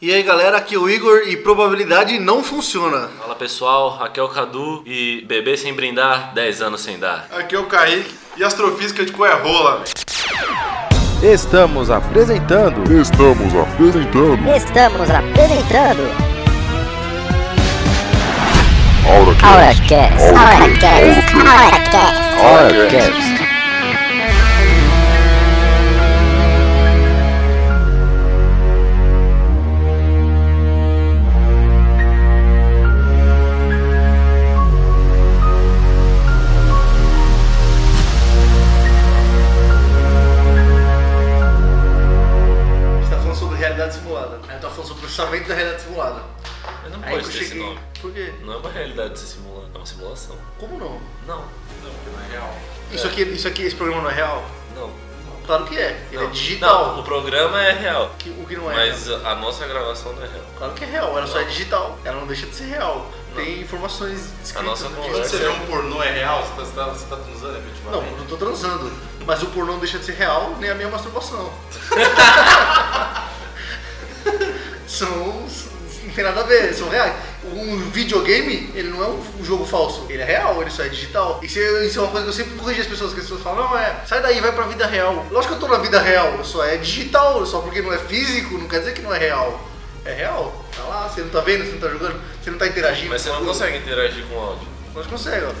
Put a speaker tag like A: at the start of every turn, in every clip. A: E aí galera, aqui é o Igor e probabilidade não funciona.
B: Fala pessoal, aqui é o Cadu e bebê sem brindar, 10 anos sem dar.
C: Aqui é o Kaique e astrofísica de qual é rola, velho.
D: Estamos apresentando.
E: Estamos apresentando
F: Estamos apresentando
E: AuraCast.
F: AuraCast, AuraCast, AuraCast.
E: AuraCast.
A: A gente tá falando sobre realidade simulada. A gente tá falando sobre processamento da realidade simulada.
B: Eu não
A: Aí
B: gosto
A: eu
B: desse
A: cheguei.
B: É nome.
A: Por quê?
B: Não é uma realidade essa simulação, é uma simulação.
A: Como não?
B: Não,
A: Isso aqui, isso aqui, esse programa não é real?
B: não.
A: Claro que é. Ele é
B: não.
A: digital.
B: Não, o programa é real,
A: Que- o que não é.
B: mas a nossa gravação não é real.
A: Claro que é real, ela só é digital. Ela não deixa de ser real. Tem informações escritas.
B: A nossa
A: no-
B: conversa.
C: Quando você vê um pornô é real, você tá, você tá, você tá transando
A: Não, eu
C: efetivamente?
A: não tô transando. Mas o pornô não deixa de ser real, nem a minha masturbação. são. Não tem nada a ver, são reais. Um videogame, ele não é um jogo falso, ele é real, ele só é digital. Isso é, isso é uma coisa que eu sempre corrigi as pessoas, que as pessoas falam, não, é, sai daí, vai pra vida real. Lógico que eu tô na vida real, só é digital, só porque não é físico, não quer dizer que não é real. É real, tá lá, você não tá vendo, você não tá jogando, você não tá interagindo.
B: Mas você
A: com
B: não
A: o jogo.
B: consegue interagir com o áudio.
A: Nós consegue, ó.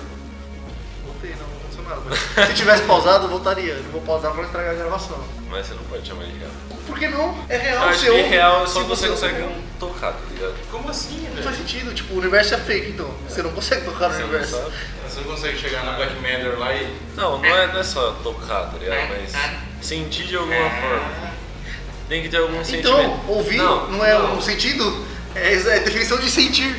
A: Voltei, não, não aconteceu nada. mas Se tivesse pausado, eu voltaria. Eu não vou pausar pra não estragar a gravação.
B: Mas você não pode chamar de real.
A: Por que não? É
B: Eu
A: real,
B: acho
A: você
B: que
A: ouve.
B: real
A: Se
B: só você
A: ouve,
B: consegue
A: Não
B: tocar, tá ligado?
C: Como assim, velho?
A: faz sentido, tipo, o universo é fake, então. Você não consegue tocar no
B: Você não
A: universo.
B: sabe.
C: Você não consegue chegar na Black Matter lá e.
B: Não, não é, não é só tocar, tá ligado? Mas sentir de alguma forma. Tem que ter algum sentimento.
A: Então, ouvir não, é um sentido? É, é definição de sentir.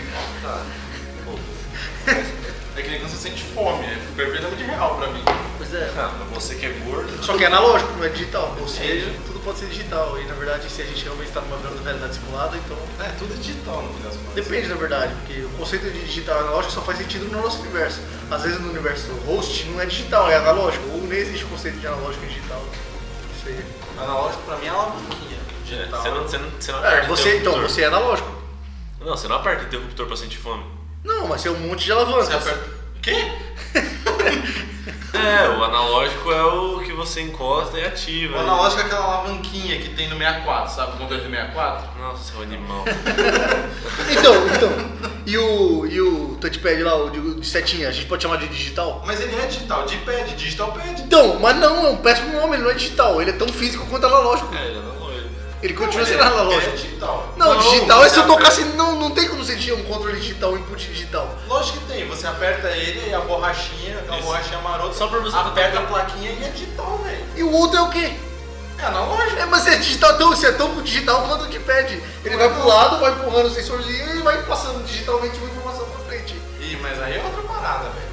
C: É que nem quando você sente fome, é perfeitamente real pra mim.
A: Pois é.
B: Ah, mas
C: Você que é gordo.
A: Só que é analógico, não é digital. Ou seja, tudo pode ser digital. E na verdade, se a gente realmente está numa realidade simulada, então.
C: É, tudo é digital no fim das contas.
A: Depende, na verdade, porque o conceito de digital e analógico só faz sentido no nosso universo. Às vezes no universo host não é digital, é analógico, ou nem existe conceito de analógico e digital. Isso aí.
C: Analógico pra mim é alavanquinha.
B: É,
C: Digital.
B: você não, você não, você não
A: É,
C: Ah,
B: aperta
A: você,
C: um
A: então,
B: interruptor.
A: você é analógico.
B: Não, você não aperta interruptor pra sentir fome.
A: Não, mas você é um monte de
C: Você
A: alavancas.
C: aperta. Quê?
B: É, o analógico é o que você encosta e ativa.
C: O analógico é aquela alavanquinha que tem no 64, sabe? O controle do 64?
B: Nossa, seu animal.
A: Então, então. E o, e o touchpad lá, o de, de setinha, a gente pode chamar de digital?
C: Mas ele é digital, de pad, digital pad.
A: Então, mas não, é um péssimo nome, ele não é digital, ele é tão físico quanto analógico.
B: é, ele é analógico.
A: Ele continua sendo
C: É
A: analógico.
C: digital.
A: Não,
B: Não,
A: digital é se eu
B: você
A: tocasse, não, não tem como sentir um controle digital, um input digital.
C: Lógico que tem, você aperta ele e a borrachinha, aquela
B: Isso.
C: borrachinha marota,
B: Só pra você
C: aperta
B: tocar.
C: a plaquinha e é digital, velho.
A: E o outro é o quê?
C: É analógico.
A: É, mas é digital, então você é tão digital quanto o pede. Ele vai pro lado, vai empurrando o sensorzinho e vai passando digitalmente uma informação pra frente.
C: Ih, mas aí é outra parada, velho.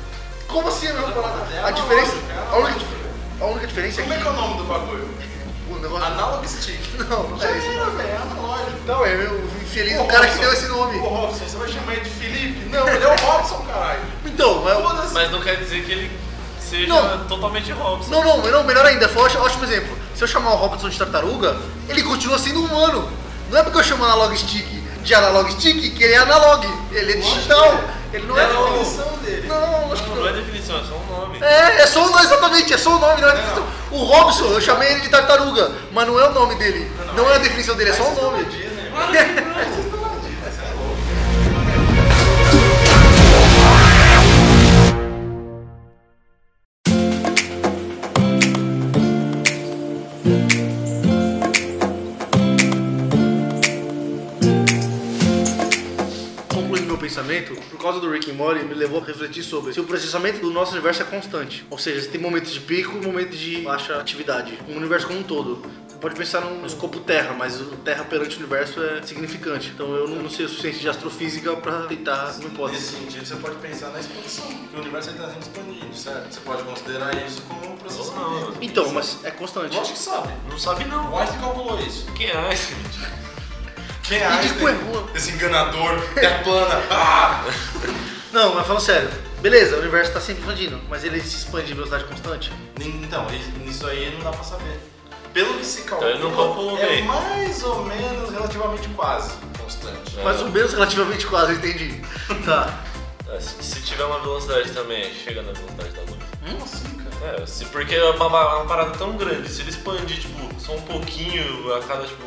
A: Como assim a mesma
C: É
A: parada? A
C: analógico,
A: diferença.
C: é
A: A única,
C: analógico.
A: dif- a única diferença é
C: Como é que
A: que
C: é o nome do bagulho?
A: o negócio.
C: Analog Stick.
A: Não, não
C: Já
A: é isso.
C: era, velho, é analógico.
A: Não, é o infeliz do
C: Ô,
A: cara que
C: Robson.
A: deu esse nome.
C: Ô, Robson, você vai chamar ele de Felipe? Não, ele é o Robson, caralho.
A: Então, mas.
C: Foda-se.
B: Mas não quer dizer que ele seja
A: Não.
B: totalmente Robson.
A: Não, não, não, melhor ainda, foi um ótimo- ótimo exemplo. Se eu chamar o Robinson de tartaruga, ele continua sendo humano. Não é porque eu chamo analog stick de analog stick que ele é analog. Ele é digital. Ele não é.
C: É a definição dele.
A: Não, acho que
B: Não,
A: não.
B: não é definição, é só um nome.
A: É, é só o nome, exatamente, é só o nome, não é a definição. O Robson, eu chamei ele de tartaruga, mas não é o nome dele. Não, é a definição dele, é só o nome.
C: Disney,
A: Concluindo meu pensamento, por causa do Rick and Morty, me levou a refletir sobre se o processamento do nosso universo é constante. Ou seja, se tem momentos de pico e momentos de baixa atividade. Um universo como um todo. Você pode pensar num no escopo Terra, mas o Terra perante o universo é significante. Então eu não, não sei o suficiente de astrofísica pra tentar uma hipótese.
C: Nesse sentido, você pode pensar na expansão, que o universo ainda está expandido, certo? Você pode considerar isso como um processo.
B: Ou não.
C: vivo.
A: Então, mas é constante.
C: Lógico que sabe.
B: Não sabe não.
C: O Einstein calculou isso.
B: Quem é Einstein?
C: Quem é
A: E de
C: Einstein?
A: Coerrua.
C: Esse enganador, terra plana. Ah!
A: Não, mas falando sério. Beleza, o universo tá sempre expandindo, mas ele se expande em velocidade constante?
C: Então, isso aí não dá pra saber. pelo que se calcula,
B: Então ele não calculou
C: é
B: bem.
C: mais ou menos relativamente quase constante.
A: Mais ou menos relativamente quase, eu entendi. Tá.
B: É, Se, se tiver uma velocidade também, chega na velocidade da luz.
C: Como assim, cara?
B: É, se, porque é uma, uma parada tão grande, se ele expandir, tipo, só um pouquinho a cada, tipo,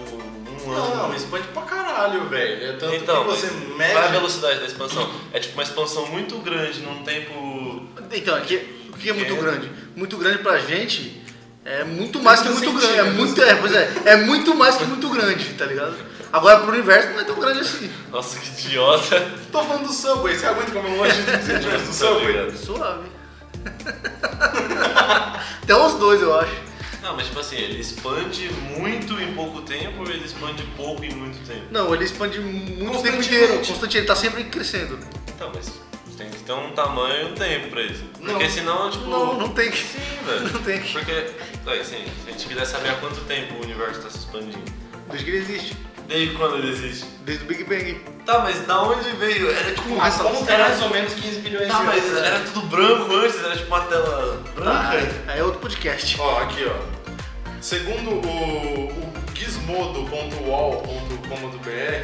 B: um ano.
C: Não, expande pra caralho, velho. É tanto
B: Então,
C: que você
B: mas
C: mede.
B: qual é a velocidade da expansão? É tipo uma expansão muito grande num tempo.
A: Então, aqui, o que é muito
B: É.
A: grande? Muito grande pra gente é muito mais que
C: 30
A: muito grande. É muito, é, pois é, é muito mais que muito grande, tá ligado? Agora pro universo não é tão grande assim.
B: Nossa, que idiota!
C: Tô falando do Subway, você aguenta comer um lanche de 200 reais do
B: Tá
C: Subway?
B: ligado?
A: Suave. Até os dois, eu acho.
B: Não, mas tipo assim, ele expande muito em pouco tempo ou ele expande pouco em muito tempo?
A: Não, ele expande muito o tempo
C: Constantemente.
A: inteiro, constante, ele tá sempre crescendo.
B: Então, mas tem que ter um tamanho e um tempo pra isso.
C: Não.
B: Porque senão, tipo.
A: Não, não tem que.
B: Sim, velho.
A: Não tem.
B: Porque, aí, assim, se a gente quiser saber há quanto tempo o universo tá se expandindo,
A: Desde que ele existe,
B: desde quando ele existe?
A: desde o Big Bang.
B: Tá, mas da onde veio? Era tipo uma
C: Mas como tem mais ou menos 15 bilhões
B: Tá,
C: de
B: mas
C: anos, né?
B: era tudo branco antes, era tipo uma tela
A: Ah,
B: branca.
A: aí é outro podcast.
C: Ó, aqui, ó. Segundo o, o gizmodo.wall.com.br,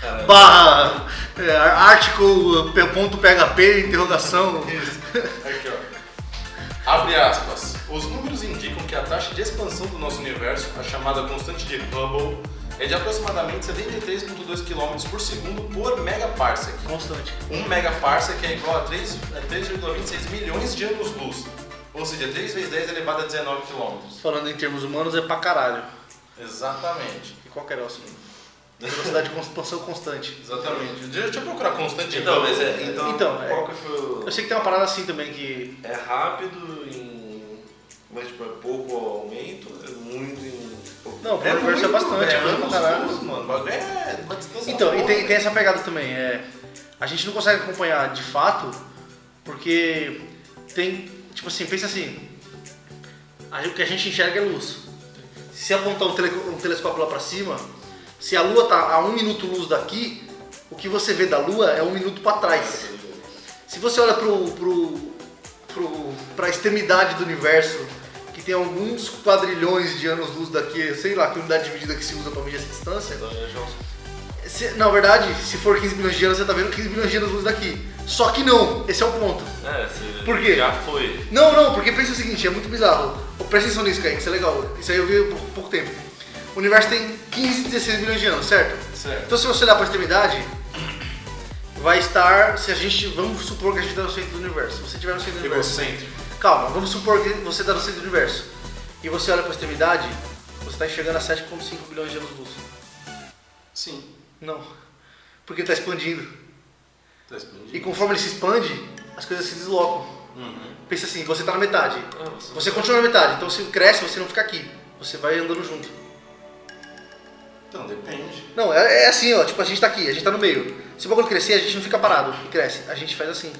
B: Cara,
A: Barra, é, article, eh, ponto PHP, interrogação.
C: aqui, ó. Abre aspas. Os números indicam que a taxa de expansão do nosso universo, a chamada constante de Hubble, é de aproximadamente 73,2 km por segundo por megaparsec.
A: Constante.
C: 1 megaparsec é igual a 3 a 3,26 milhões de anos-luz, ou seja, 3 vezes 10 elevado a 19 quilômetros.
A: Falando em termos humanos, é pra caralho.
C: Exatamente.
A: E qual que era o assunto? Velocidade de expansão constante.
C: Exatamente. Deixa eu procurar constante de
B: Então,
C: Hubble.
B: mas é. Então,
A: Então, é.
B: qual que foi o.
A: Eu sei que tem uma parada assim também que.
B: É rápido em. Mas tipo, é pouco aumento, é muito em. pouco-
A: Não, pro universo é bastante, é coisa pra caralho.
C: anos-luz, mano. O bagulho É uma distância
A: Então, e
C: boa,
A: tem,
C: né?
A: tem essa pegada também. É, a gente não consegue acompanhar de fato, porque tem. Tipo assim, pensa assim. aí o que a gente enxerga é luz. Se apontar um, tele- um telescópio lá pra cima, se a lua tá a um minuto luz daqui, o que você vê da lua é um minuto pra trás. Se você olha pro, pro, pro, pra extremidade do universo, que tem alguns quadrilhões de anos-luz daqui, sei lá que unidade de medida que se usa pra medir essa distância,
B: Então, eu já-
A: se- na verdade, se for 15 bilhões de anos, você tá vendo 15 bilhões de anos luz daqui. Só que não, esse é o ponto.
B: É, se-
A: Por quê?
B: Já foi.
A: Não, não, porque pensa o seguinte, é muito bizarro. Ô, Presta atenção nisso, Kaique, isso é legal. Isso aí eu vi há pouco, pouco tempo. O universo tem 15, 16 bilhões de anos, certo?
C: Certo.
A: Então se você olhar pra extremidade, vai estar, se a gente, vamos supor que a gente está no centro do universo. Se você estiver no centro do universo,
C: Egocêntrico.
A: Calma, vamos supor que você está no centro do universo e você olha pra extremidade, você está enxergando a 7,5 bilhões de anos luz.
C: Sim.
A: Não, porque está expandindo.
C: Tá expandindo.
A: E conforme ele se expande, as coisas se deslocam. Pensa assim, você tá na metade.
B: Uhum. Ah, você-
A: Você continua na metade, então se cresce, você não fica aqui. Você vai andando junto.
C: Então, depende.
A: Não, é, é assim, ó. Tipo, a gente tá aqui, a gente tá no meio. Se o bagulho crescer, a gente não fica parado e cresce. A gente faz assim.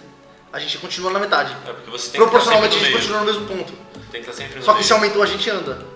A: A gente continua na metade.
B: É porque você tem que estar sempre
A: Proporcionalmente,
B: no
A: a gente
B: meio.
A: continua no mesmo ponto.
B: Tem que estar sempre no
A: Só que é
B: meio.
A: se aumentou, a gente anda.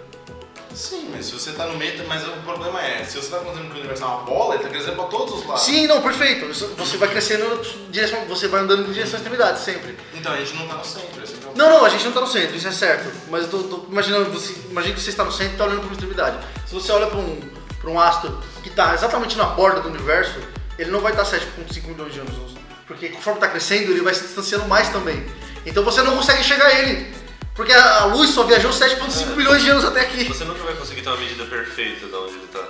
C: Sim, mas se você tá no meio, mas o problema é, se você tá contando que o universo é uma bola, ele tá crescendo pra todos os lados.
A: Sim, não, perfeito. Isso- Você vai crescendo, em direção, você vai andando em direção à extremidade, sempre.
C: Então, a gente não tá no centro, esse é o problema.
A: Não, não, a gente não tá no centro, isso é certo. Mas eu tô, tô imaginando, você, imagina que você está no centro e tá olhando pra uma extremidade. Se você olha pra um, pra um astro que tá exatamente na borda do universo, ele não vai tá estar 7,5 milhões de anos luz. Porque conforme tá crescendo, ele vai se distanciando mais também. Então você não consegue chegar a ele. Porque a a luz só viajou 7,5 milhões de anos até aqui.
B: Você nunca vai conseguir ter uma medida perfeita de onde ele tá.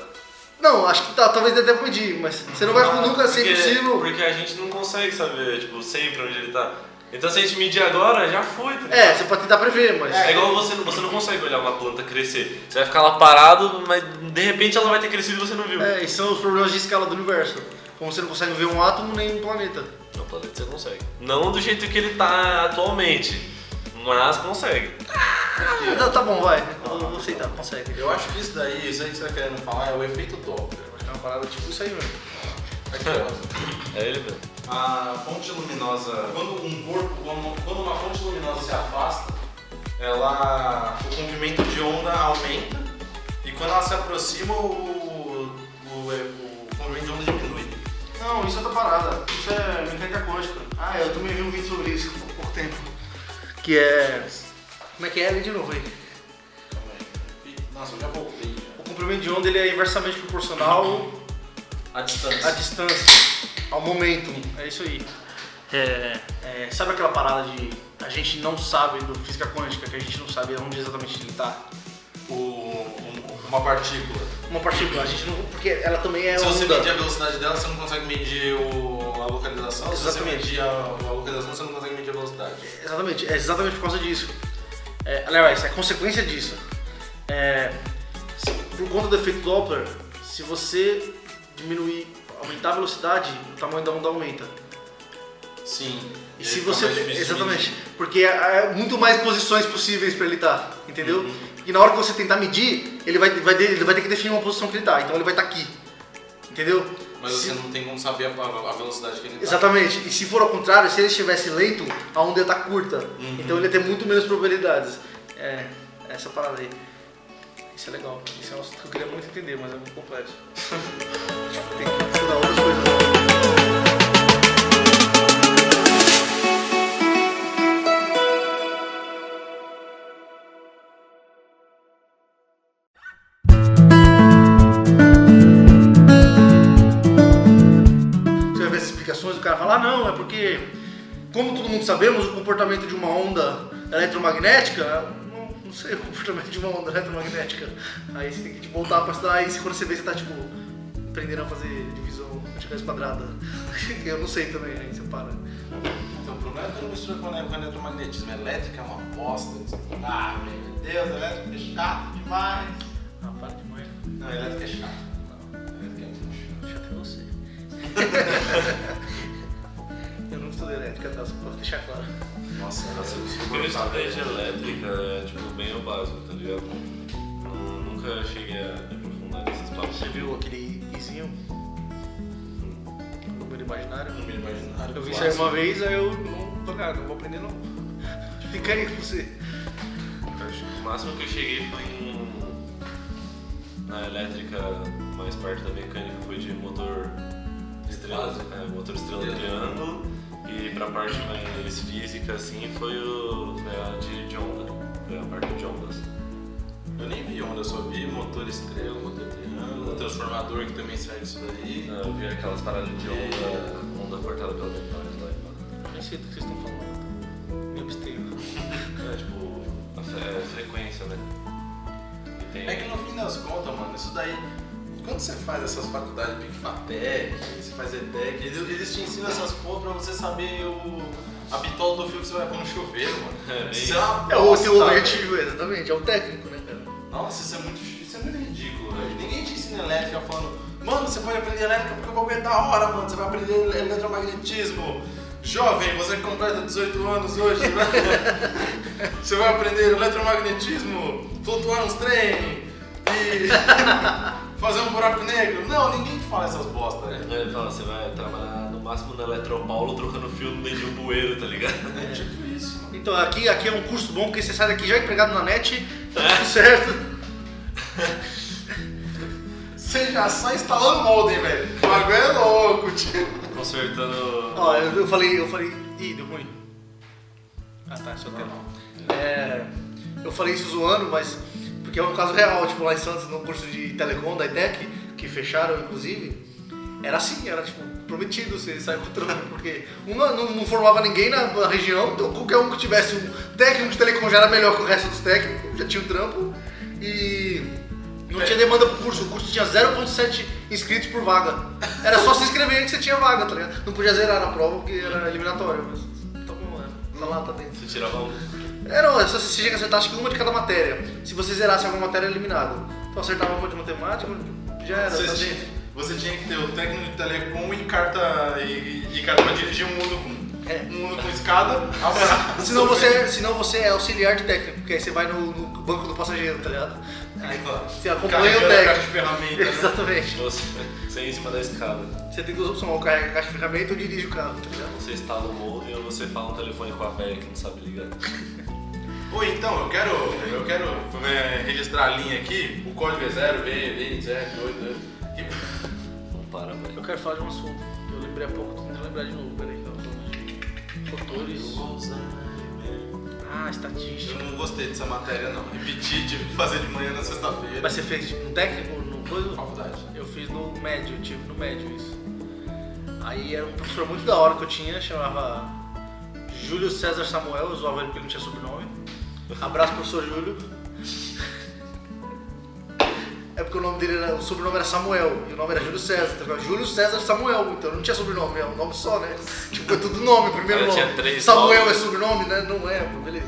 A: Não, acho que tá, talvez dê até pra medir, mas você não vai nunca ser
B: Porque-
A: possível.
B: Porque a gente não consegue saber, tipo, sempre onde ele tá. Então se a gente medir agora, já foi, tá ligado?
A: É, você pode tentar prever, mas.
B: É igual você, não- você não consegue olhar uma planta crescer. Você vai ficar lá parado, mas de repente ela vai ter crescido e você não viu.
A: É, e são os problemas de escala do universo. Como você não consegue ver um átomo nem um planeta.
B: Não, planeta você consegue. Não do jeito que ele tá atualmente, mas consegue.
A: Tá, tá bom, vai. Eu vou aceitar, consegue.
C: Eu acho que isso daí, isso aí que você tá querendo falar, é o efeito Doppler. Eu acho que é uma parada tipo isso aí mesmo. Aqui, ó.
B: É ele mesmo.
C: A fonte luminosa, quando um corpo, quando quando uma fonte luminosa se afasta, ela, o comprimento de onda aumenta e quando ela se aproxima, o, o, o comprimento de onda diminui.
A: Não, isso é outra parada. Isso é mecânica quântica. Ah, eu também vi um vídeo sobre isso há pouco tempo. Que é. Como é que é? Lê de novo aí.
G: comprimento de onda ele é inversamente proporcional
C: A
G: à
C: distância.
G: distância.
A: Ao momento.
G: É isso aí. É, é, sabe aquela parada de a gente não sabe do física quântica, que a gente não sabe onde exatamente ele está?
C: O, um- uma partícula.
G: Uma partícula, a gente não.
A: Porque ela também é
C: Se você
A: onda.
C: medir a velocidade dela, você não consegue medir o- a localização. Se você
G: Exatamente.
C: medir a, a localização, você não consegue medir a velocidade.
G: Exatamente, é exatamente por causa disso. É, aliás, é consequência disso. É, se- por conta do efeito Doppler, se você diminuir, aumentar a velocidade, o tamanho da onda aumenta.
C: Sim.
G: E
C: Ele
G: se
C: fica
G: você.
C: mais difícil de
G: Exatamente.
C: medir.
A: Porque há muito mais posições possíveis pra ele estar, entendeu?
C: Uhum.
A: E na hora que você tentar medir, ele vai, vai de- ele vai ter que definir uma posição que ele tá, então ele vai estar aqui. Entendeu?
C: Mas
A: Se-
C: você não tá. tem como saber a, a- a velocidade que ele tá.
A: Exatamente. E se for ao contrário, se ele estivesse lento, a onda ia estar curta.
C: Uhum.
A: Então ele ia ter muito menos probabilidades.
G: É, essa parada aí. Isso é legal. Isso é um assunto que eu queria muito entender, mas é muito complexo.
A: Tem que estudar outras coisas.
G: Você vai ver essas explicações, o cara fala, "Ah,
A: Falar não, é porque, como todo mundo sabemos, o comportamento de uma onda eletromagnética. não- Não sei o comportamento de uma onda eletromagnética. Aí você tem que tipo, voltar pra estudar. Aí quando você vê, você tá tipo. aprendendo a fazer divisão de raiz quadrada. Eu não sei também, aí você para.
C: Então, o problema é que eu não misturo com ele- com eletromagnetismo. Elétrica é uma bosta. Você fala, Ah, meu Deus, elétrica é chato demais.
G: ah, para de mãe.
C: Não, elétrica é chato. Não, elétrica é muito chato.
G: Deixa até você.
A: Eu não estudei elétrica, tá? Só pra deixar claro.
C: Nossa, ela se
B: Eu estudei de elétrica, é, tipo, bem o básico, tá ligado? Nu- Nunca cheguei a me aprofundar nesses papos.
G: Você viu aquele izinho? Hum, Número imaginário?
C: Número imaginário,
G: Eu vi isso
C: clássico.
G: aí uma vez, aí eu não tô cara, não vou aprender não. Fica aí com você.
B: Acho que O máximo que eu cheguei foi em... um- Na elétrica, mais parte da mecânica foi de motor estrela, é, motor estrela triângulo. E pra parte mais física, assim, foi, o, foi a de, de onda. Foi a parte de ondas.
C: Eu nem vi onda, eu só vi motor estrela, motor triângulo, transformador que também serve isso daí.
B: Eu vi aquelas paradas de onda, onda cortada pela metade lá e pá.
G: Eu nem sei do que vocês estão falando. Me abstenho.
B: É, tipo, a fre- é, frequência, né? E tem.
C: É que no fim das contas, mano, isso daí. Quando você faz essas faculdades PicFatec, você faz ETEC, eles, eles te ensinam essas porra pra você saber o, a bitola do fio que você vai pôr no chuveiro, mano.
B: É, bem
C: Isso
B: isso.
C: uma
A: É o teu
C: bosta,
A: objetivo, exatamente. É o técnico, né, cara?
C: velho. Nossa, isso é muito, isso é muito ridículo, velho. Ninguém te ensina elétrica falando, mano, você pode aprender elétrica porque o bagulho é da hora, mano. Você vai aprender ele- eletromagnetismo. Jovem, você que completa 18 anos hoje, né? Você vai aprender eletromagnetismo, flutuar nos trem e fazer um buraco negro. Não, ninguém te fala essas bosta, né?
B: Ele fala, você vai trabalhar no máximo na Eletropaulo trocando fio no meio de um bueiro, tá ligado?
C: É tipo isso, mano.
A: Então aqui, aqui é um curso bom, porque você sai daqui já empregado na net, tá tudo certo?
C: Você já sai instalando molden, velho. O bagulho é louco, tio.
B: Consertando.
A: Ó, eu, eu falei, eu falei. Ih, deu ruim.
G: Ah tá, isso eu tenho não.
A: É, eu falei isso zoando, mas porque é um caso real, tipo lá em Santos, no curso de telecom da ITEC, que fecharam inclusive, era assim, era tipo prometido você sair com trampo, porque uma não, não formava ninguém na, na região, então qualquer um que tivesse um técnico de telecom já era melhor que o resto dos técnicos, já tinha o trampo e não tinha demanda pro curso, o curso tinha 0.7 inscritos por vaga. Era só se inscrever que você tinha vaga, tá ligado? Não podia zerar na prova porque era eliminatório, mas tá bom, é. Tá lá, tá dentro.
B: Você tirava um.
A: É, não, é só você chega a acertar acho que uma de cada matéria. Se você zerasse alguma matéria, é eliminado. Então acertava uma de matemática, já era,
C: Você
A: tá
C: tinha,
A: dentro.
C: você tinha que ter o técnico de telecom e carta. e, e carta pra dirigir um mundo com.
A: É.
C: Um mundo com escada, abraço.
A: Senão você, senão você é auxiliar de técnico, porque aí você vai no, no banco do passageiro, tá ligado? Aí você acompanha o
C: Carregando a caixa de
A: técnico.
C: ferramenta, né?
A: Exatamente.
B: Você, você ia em cima da escada.
A: Você tem duas opções, ou carrega a caixa de ferramenta ou dirige o carro, tá ligado?
B: Você instala o molde ou você fala um telefone com a velha que não sabe ligar.
C: Ou então, eu quero, eu quero é, registrar a linha aqui, o código é 0, V, V, 0,
B: Não para, velho.
G: Eu quero falar de um assunto que eu lembrei há pouco, tô tentando lembrar de novo, peraí. que eu tava falando de Motores. Ah, estatística.
C: Eu não gostei dessa matéria, não. Repeti, tive que fazer de manhã na sexta-feira.
G: Mas você fez no técnico, no coisa?
C: na faculdade.
G: Eu fiz no médio, eu tive no médio isso. Aí era um professor muito da hora que eu tinha, chamava Júlio César Samuel, eu zoava ele porque ele não tinha sobrenome. Abraço, professor Júlio. É porque o nome dele era, o sobrenome era Samuel e o nome era Júlio César. Então, era Júlio César Samuel, então não tinha sobrenome, é um nome só, né? Tipo, é tudo nome, primeiro
B: Cara,
G: nome.
B: tinha três
G: Samuel
B: nomes.
G: é sobrenome, né? Não é, pô, beleza.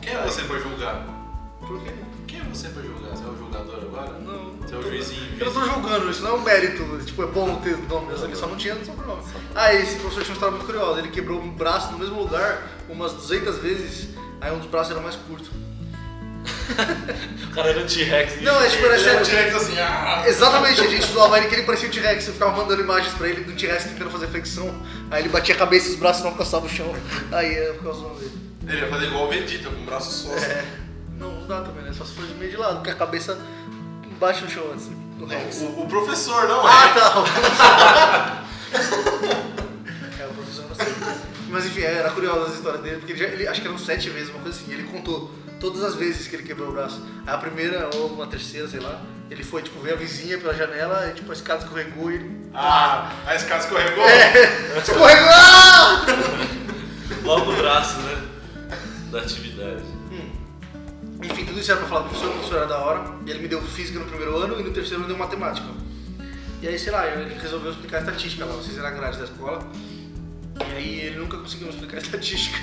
C: Quem é você pra julgar?
G: Por quê?
C: Quem é você pra julgar? Você é o julgador agora?
G: Não,
C: Você é o juizinho.
G: Eu não tô julgando, isso não é um mérito. Tipo, é bom ter nome, ele só não tinha sobrenome. Aí esse professor tinha uma história muito curiosa. Ele quebrou um braço no mesmo lugar umas 200 vezes, aí um dos braços era mais curto.
B: O cara era um T-Rex.
G: Não, é tipo, era
C: Ele é o
G: sério.
C: T-Rex assim, ah!
G: Exatamente, a gente zoava ele que ele parecia um T-Rex. Eu ficava mandando imagens pra ele do T-Rex tentando fazer flexão. Aí ele batia a cabeça e os braços não alcançavam o chão. Aí eu ficava zoando ele.
C: Ele ia fazer igual o Vegeta, com o braço só.
G: É. Não, não dá também, né? Só se for de meio de lado, porque a cabeça baixa o chão antes.
A: assim,
G: do Rex.
C: O, o professor, não
G: Ah,
C: é?
G: tá. é, o professor não sei. Mas enfim, é, era curiosa a história dele, porque ele, já, ele- acho que eram sete vezes, uma coisa assim. Ele contou todas as vezes que ele quebrou o braço. A primeira ou uma terceira, sei lá. Ele foi, tipo, ver a vizinha pela janela e, tipo, a escada escorregou e ele.
C: Ah, a escada escorregou?
G: É, escorregou! Ah!
B: Logo o braço, né? Da atividade.
G: Enfim, tudo isso era pra falar do professor, o professor era da hora. E ele me deu física no primeiro ano e no terceiro me deu matemática. E aí, sei lá, ele resolveu explicar estatística lá, vocês eram grades da escola. E aí ele nunca conseguiu me explicar estatística.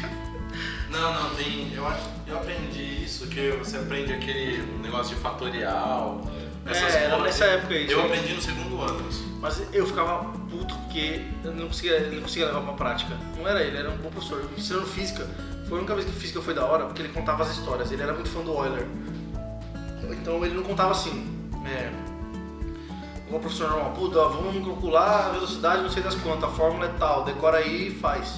C: Não, não, tem. Eu, acho- eu aprendi isso, que você aprende aquele negócio de fatorial. essas
G: É, era
C: coisas.
G: nessa época aí,
C: Eu
G: sim.
C: aprendi no segundo ano isso.
G: Mas eu ficava puto porque eu não conseguia, eu não conseguia levar pra prática. Não era ele, era um bom professor. Me ensinando física. Foi a única vez que física foi da hora, porque ele contava as histórias. Ele era muito fã do Euler. Então ele não contava assim. É, igual o professor normal, puta, ó, vamos calcular a velocidade, não sei das quantas, a fórmula é tal, decora aí e faz.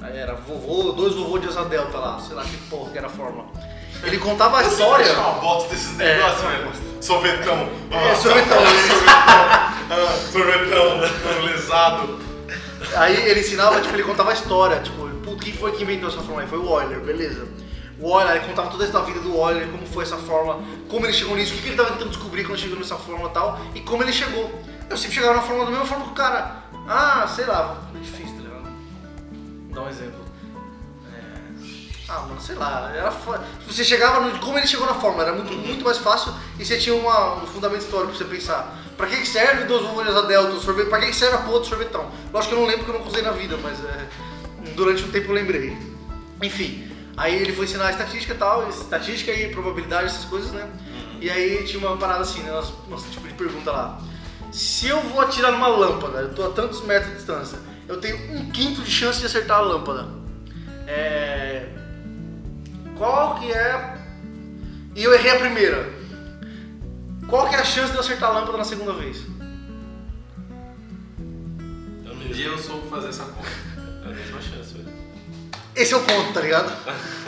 G: Aí era vovô, dois vovô de asa delta lá, sei lá que porra que era a fórmula. Ele contava a história.
C: Eu uma bosta desses
G: É,
C: negócios,
G: não,
C: velho. Sorvetão.
G: É,
C: Ah,
G: sorvetão.
C: ah, Sorvetão. Lesado.
G: Aí ele ensinava, tipo, ele contava a história, tipo, puto, quem foi que inventou essa fórmula aí? Foi o Euler, beleza. O Euler, ele contava toda essa vida do Euler, como foi essa fórmula, como ele chegou nisso, o que que ele tava tentando descobrir quando chegou nessa fórmula e tal, e como ele chegou. Eu sempre chegava na fórmula da mesma forma que o cara. Ah, sei lá, é difícil, tá ligado? Dá um exemplo. Ah, mano, sei lá, era fo- Você chegava no. Como ele chegou na fórmula, era muito, muito mais fácil e você tinha uma- um fundamento histórico pra você pensar. Pra que, que serve dois bombonhas a Delta, o sorvete? Pra que, que serve a porra do sorvetão? Lógico que eu não lembro que eu não usei na vida, mas é, durante um tempo eu lembrei. Enfim, aí ele foi ensinar estatística e tal, estatística e probabilidade, essas coisas, né? E aí tinha uma parada assim, né? Umas, umas tipo de pergunta lá. Se eu vou atirar numa lâmpada, eu tô a tantos metros de distância, eu tenho um quinto de chance de acertar a lâmpada. É, qual que é. E eu errei a primeira. Qual que é a chance de eu acertar a lâmpada na segunda vez?
B: É a
C: Um
B: mesma,
C: dia eu soube fazer essa conta.
B: é a mesma chance, velho.
G: Esse é o ponto, tá ligado?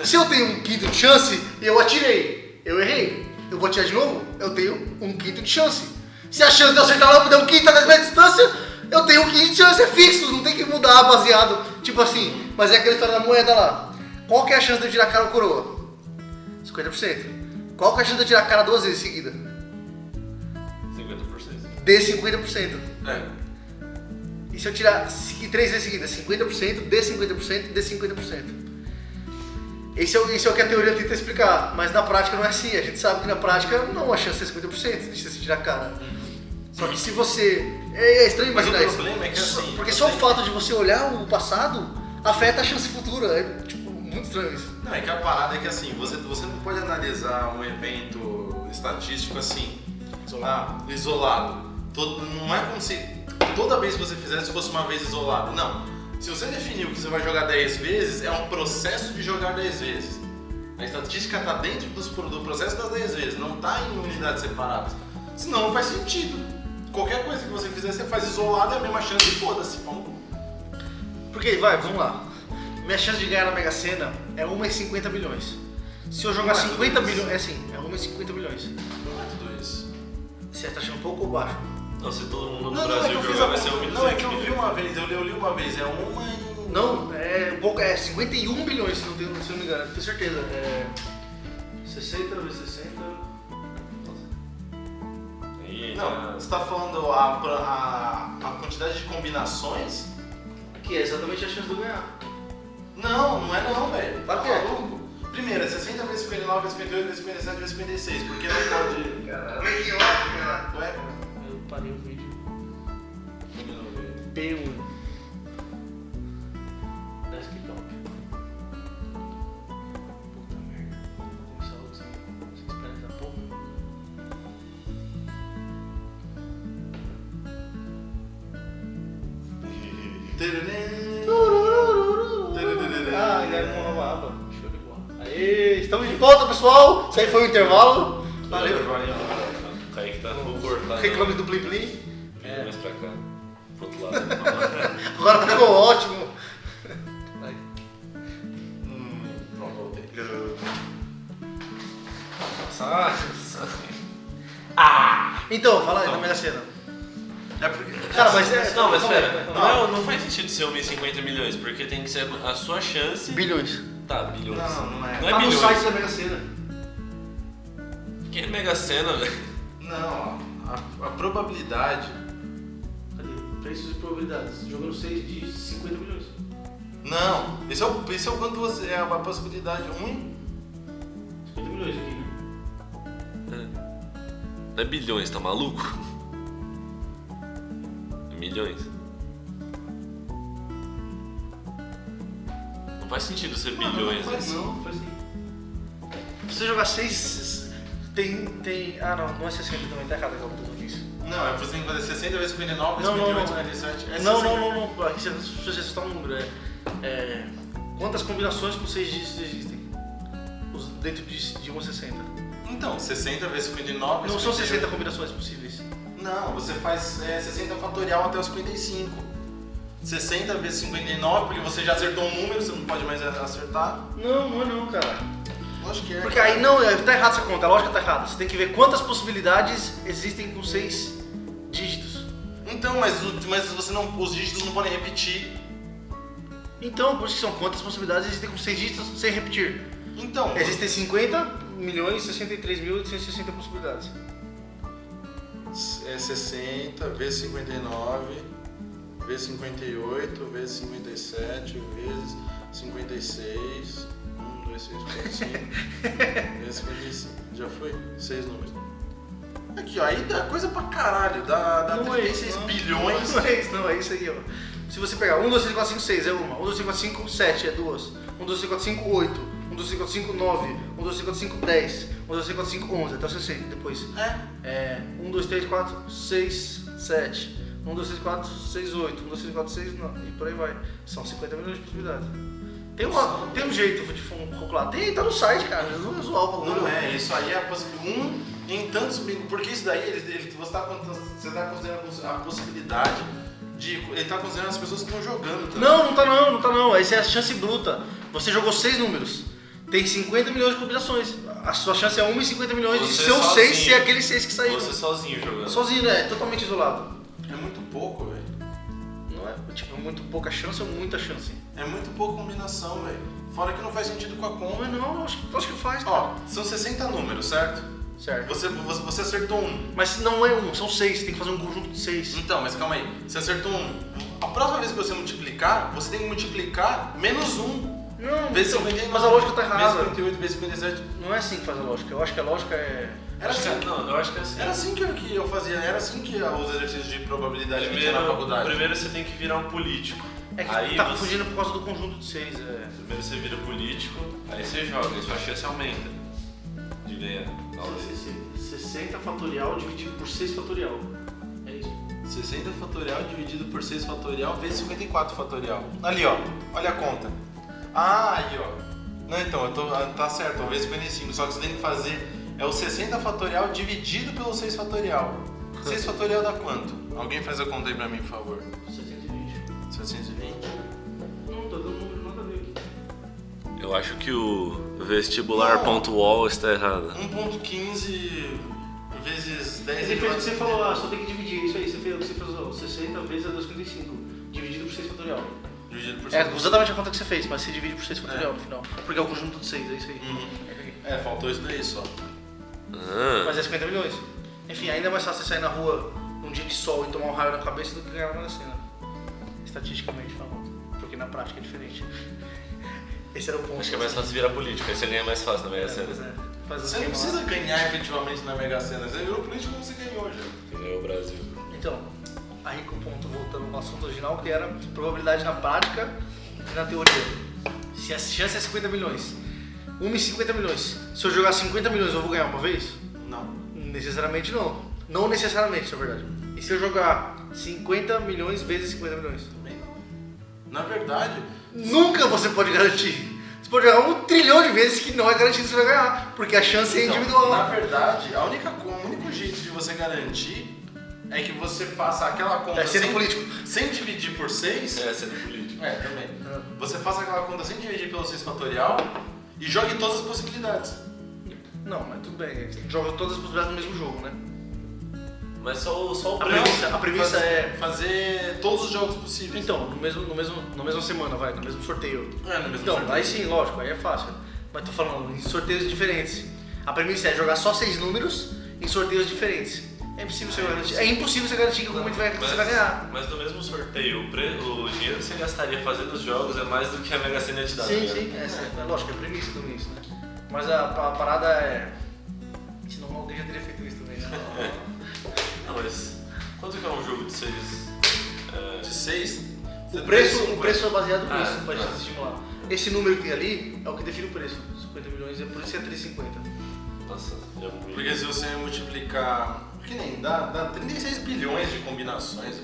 G: Se eu tenho um quinto de chance e eu atirei, eu errei. Eu vou atirar de novo, eu tenho um quinto de chance. Se a chance de eu acertar a lâmpada é um quinto a 10 metros de distância, eu tenho um quinto de chance, é fixo, não tem que mudar baseado. Tipo assim, mas é aquela história da moeda lá. Qual que é a chance de eu tirar a cara ou coroa? 50%. Qual que é a chance de eu tirar a cara duas vezes em seguida?
B: 50%.
G: Dê 50%.
C: É.
G: E se eu tirar se- três vezes seguidas, 50%, dê 50%, dê 50%. Esse é, o- esse é o que a teoria tenta explicar, mas na prática não é assim. A gente sabe que na prática não há chance de ser 50% de você tirar a cara. Só que se você. É, é estranho
C: Mas o
G: imaginar isso.
C: problema é que
G: Só-
C: assim,
G: Porque
C: eu
G: só o
C: sei-
G: fato de você olhar o passado afeta a chance futura. É tipo, muito estranho isso.
C: Não, é que a parada é que assim, você, você não pode analisar um evento estatístico assim, isolado. Ah, isolado. Todo, não é como se toda vez que você fizesse fosse uma vez isolado. Não. Se você definiu que você vai jogar 10 vezes, é um processo de jogar 10 vezes. A estatística está dentro dos, pro- do processo das 10 vezes, não está em unidades separadas. Senão não faz sentido. Qualquer coisa que você fizer, você faz isolado, é a mesma chance e foda-se. Vamos
G: Porque, vai, vamos lá. Minha chance de ganhar na Mega Sena é 1 em 50 milhões. Se eu jogar
C: Não é tudo
G: 50
C: isso.
G: milhões. É assim, é 1 em 50 milhões.
C: Não é tudo isso.
G: Você tá achando pouco ou baixo?
B: Não, se todo mundo no
C: Não, não, é que
B: Brasil
C: eu fiz
B: jogar, vai ser
C: a...
B: um
C: Não, é que eu vi uma vez, eu li, eu li uma vez, é uma em
G: Não, é um pouco, é 51 bilhões, se não, tenho, se não me engano, tenho certeza. É,
A: 60 vezes 60. Nossa.
B: Aí,
C: Não,
B: né?
C: você tá falando a, pra- a, a quantidade de combinações?
A: Que é exatamente a chance de eu ganhar.
C: Não, não é não, velho.
A: Claro
C: Tá
A: que é.
C: maluco? Primeiro, é 60 vezes 59, vezes 58, vezes 57, vezes 56. Porque não pode. é? Ué?
A: Eu parei o vídeo.
C: Combinou, velho.
A: P1. Desktop. Puta merda. Vou começar outro sem sem esperar essa porra.
G: ah, ele era uma nova aba.
A: Show de bola. Aê,
C: então,
A: estamos de volta.
G: tipo, Volta, pessoal. Isso aí foi o intervalo. Valeu.
B: Valeu. O Kaique tá no cortado.
G: Reclame do Plim Plim.
B: Vem mais pra cá. Pro outro lado.
G: Agora ficou ótimo.
C: Hum, Pronto, voltei.
G: Então, fala aí da Mega Sena. É porque- Cara, mas é.
B: Não, mas
G: calma aí,
B: pera.
G: calma aí.
B: Não, não faz sentido ser 1.050 milhões, porque tem que ser a sua chance.
G: Bilhões.
B: Tá, bilhões.
C: Não, não é.
B: Não
A: Tá
B: é
A: no site
B: bilhões.
A: da Mega Sena.
B: Que é Mega Sena, velho.
C: Não, a, a probabilidade.
A: Cadê? Preços e probabilidades. Jogando 6 de 50 milhões.
C: Não, esse é o, esse é o quanto você. É a possibilidade 1 em.
A: 50 milhões aqui, né?
B: Não é bilhões, tá maluco? É milhões. Não faz sentido ser bilhões.
C: faz
B: né?
A: Não, foi assim.
G: Se você jogar 6. Tem. tem. Ah não, não é 60 também, tá errado aquela conta que eu fiz.
C: Não, é você tem que fazer 60 vezes 59, vezes
G: Não, não,
C: 58,
G: não,
C: 57.
G: é.
C: É
G: Não,
C: 60.
G: não, não, não. Aqui você você está um número. É, é, quantas combinações com 6 dígitos existem? Os- dentro de, de 1 a 60.
C: Então, 60 vezes 59.
G: Não
C: vezes
G: são 60
C: 58.
G: combinações possíveis.
C: Não, você faz é, 60 fatorial até os 55. 60 vezes 59, porque você já acertou um número, você não pode mais acertar.
G: Não, não é não, cara.
C: Lógico que é.
G: Porque aí não, é, tá errado essa conta, a lógica tá errada. Você tem que ver quantas possibilidades existem com 6 dígitos.
C: Então, mas, o- mas você não, os dígitos não podem repetir.
G: Então, por isso que são quantas possibilidades existem com 6 dígitos sem repetir.
C: Então,
G: Existem 50 milhões e 63.860 possibilidades.
C: é 60 vezes 59, vezes 58, vezes 57, vezes 56. 1, 2, 3, 4, 5. Vezes 55. Já foi? Seis números. Aqui, ó, aí dá coisa pra caralho. Dá, dá
G: Não é isso,
C: 36
G: não.
C: bilhões.
G: Não é isso, não, é isso aí, ó. Se você pegar 1, 2, 3, 4, 5, 6 é uma, 1, 2, 3, 4, 5, 7 é duas, 1, 2, 3, 4, 5, 8, 1, 2, 3, 4, 5, 9, 1, 2, 3, 4, 5, 10, 1, 2, 3, 4, 5, 11, até o 60 depois.
C: É.
G: É, 1, 2, 3, 4, 6, 7, 1, 2, 3, 4, 6, 8, 1, 2, 3, 4, 6, 9, e por aí vai. São 50 milhões de possibilidades. Tem, uma, tem um jeito de calcular, tem, tá no site, cara, não é zoar o bagulho.
C: Não é, isso aí é a possi- um em tantos bilhões. Porque isso daí, ele, ele- você, tá, con- você tá considerando a poss- a possibilidade de. Ele tá considerando as pessoas que estão jogando também.
G: Não, não tá não, não tá não. Essa é a chance bruta. Você jogou seis números. Tem 50 milhões de combinações. A sua chance é 1 em 50 milhões de
B: Você
G: ser o 6
B: sozinho.
G: ser aqueles 6 que saíram.
B: Você sozinho jogando.
G: Sozinho, né? Totalmente isolado.
C: É muito pouco, velho.
G: Não é tipo muito pouca chance ou muita chance.
C: É muito pouca combinação, velho. Fora que não faz sentido com a
G: Não é
C: conta.
G: não, eu acho, eu acho que faz. cara.
C: Ó, são 60 números, certo?
G: Certo.
C: Você, você, você acertou um.
G: Mas não é um, são seis, tem que fazer um conjunto de
B: Hum.
G: seis.
C: Então, mas calma aí. Você acertou um. A próxima vez que você multiplicar, você tem que multiplicar menos um.
G: Não,
C: Vezes
G: então,
C: 59.
G: mas a lógica tá
C: Vezes
G: errada.
C: 58, vezes 57.
G: Não é assim que faz a lógica. Eu acho que a lógica é.
C: Era
B: Acho que-
C: assim,
B: Não, eu acho que é assim.
C: era assim que eu, que eu fazia. Era assim que os exercícios de probabilidade que tinha
B: Primeiro,
C: na assim, faculdade.
B: primeiro você tem que virar um político.
G: É que
B: aí
G: tá
B: você-
G: fugindo por causa do conjunto de seis. É.
B: Primeiro você vira político, aí você joga, aí sua chance aumenta de ganhar. Talvez.
A: 60 fatorial dividido por 6 fatorial. É isso.
C: 60 fatorial dividido por 6 fatorial vezes 54 fatorial. Ali, ó. Olha a conta. Ah, aí, ó. Não, então, eu tô, ah, tá certo, ó, vezes 55. Só que você tem que fazer é o 60 fatorial dividido pelo 6 fatorial. 6 fatorial dá quanto? Alguém faz a conta aí pra mim, por favor.
A: 720.
C: 720.
A: Não, tá dando número nada a ver aqui.
B: Eu acho que o vestibular.wall está errado.
C: 1.15 vezes é
A: Você
C: 10
A: fez o que você
C: elevado-
G: ah,
A: falou lá, só tem que dividir isso aí. Você fez o que você fez, ó, 60 vezes a 255, dividido por 6 fatorial.
C: Dividido por
G: É
C: seis.
G: exatamente a conta que você fez, mas se divide por 6 fatorial no final. Porque é o conjunto de 6, é isso aí.
C: É, faltou isso daí só.
B: Ah,
G: Mas é 50 milhões. Enfim, ainda é mais fácil você sair na rua num dia de sol e tomar um raio na cabeça do que ganhar na Mega Sena. Estatisticamente falando. Porque na prática é diferente. Esse era o ponto.
B: acho que é mais fácil virar político, aí você ganha mais fácil na Mega
G: É, pois
B: Sena.
G: é. Faz
C: Você
G: assim,
C: não
G: ó.
C: precisa ganhar efetivamente na Mega Sena. Você virou político como você ganhou já.
B: Que ganhou é o Brasil.
G: Então, aí com o ponto voltando ao assunto original, que era probabilidade na prática e na teoria. Se a chance é 50 milhões, 1 em 50 milhões. Se eu jogar 50 milhões, eu vou ganhar uma vez?
C: Não.
G: Necessariamente não. Não necessariamente, na verdade. E se eu jogar 50 milhões vezes 50 milhões?
C: Também não. Na verdade,
G: Nunca você pode garantir. Você pode jogar um trilhão de vezes que não é garantido que você vai ganhar, porque a chance é
C: Então,
G: individual.
C: Na verdade, a única, co- o único jeito de você garantir é que você faça aquela conta
G: É sendo
C: sem,
G: político.
C: sem dividir por 6.
B: É, sendo político.
C: É, também. Você faça aquela conta sem dividir pelo 6 fatorial e jogue todas as possibilidades.
G: Não, mas tudo bem. Joga todas as possibilidades no mesmo jogo, né?
B: Mas só, o- só o
G: A
B: prêmio.
G: premissa, a premissa
C: fazer,
G: é
C: fazer todos os jogos possíveis.
G: Então, no mesmo, no mesmo, na mesma semana, vai, no mesmo sorteio.
C: É, no mesmo
G: então,
C: sorteio.
G: aí sim, lógico, aí é fácil. Mas tô falando em sorteios diferentes. A premissa é jogar só seis números em sorteios diferentes. É impossível você garantir. É impossível você garantir que algum momento vai-
B: Mas-
G: você vai ganhar.
B: Mas no mesmo sorteio, o, pre- o dinheiro que você gastaria fazendo os jogos é mais do que a Mega Sena te dá.
G: Sim,
B: tá ligado?
G: sim, é, certo. é lógico, é premissa tudo isso, né? Mas a, a parada é. Senão alguém já teria feito isso também. né?
B: Não, Ah, mas quanto que é um jogo de seis? É,
C: De 6.
G: O preço, o preço é baseado
B: Ah,
G: nisso, pra
B: tá.
G: gente estimular. Esse número que tem ali é o que define o preço. 50 milhões, é por isso que é 350.
B: nossa, é um milhão.
C: Porque se você multiplicar. Que nem dá, dá 36 bilhões de combinações.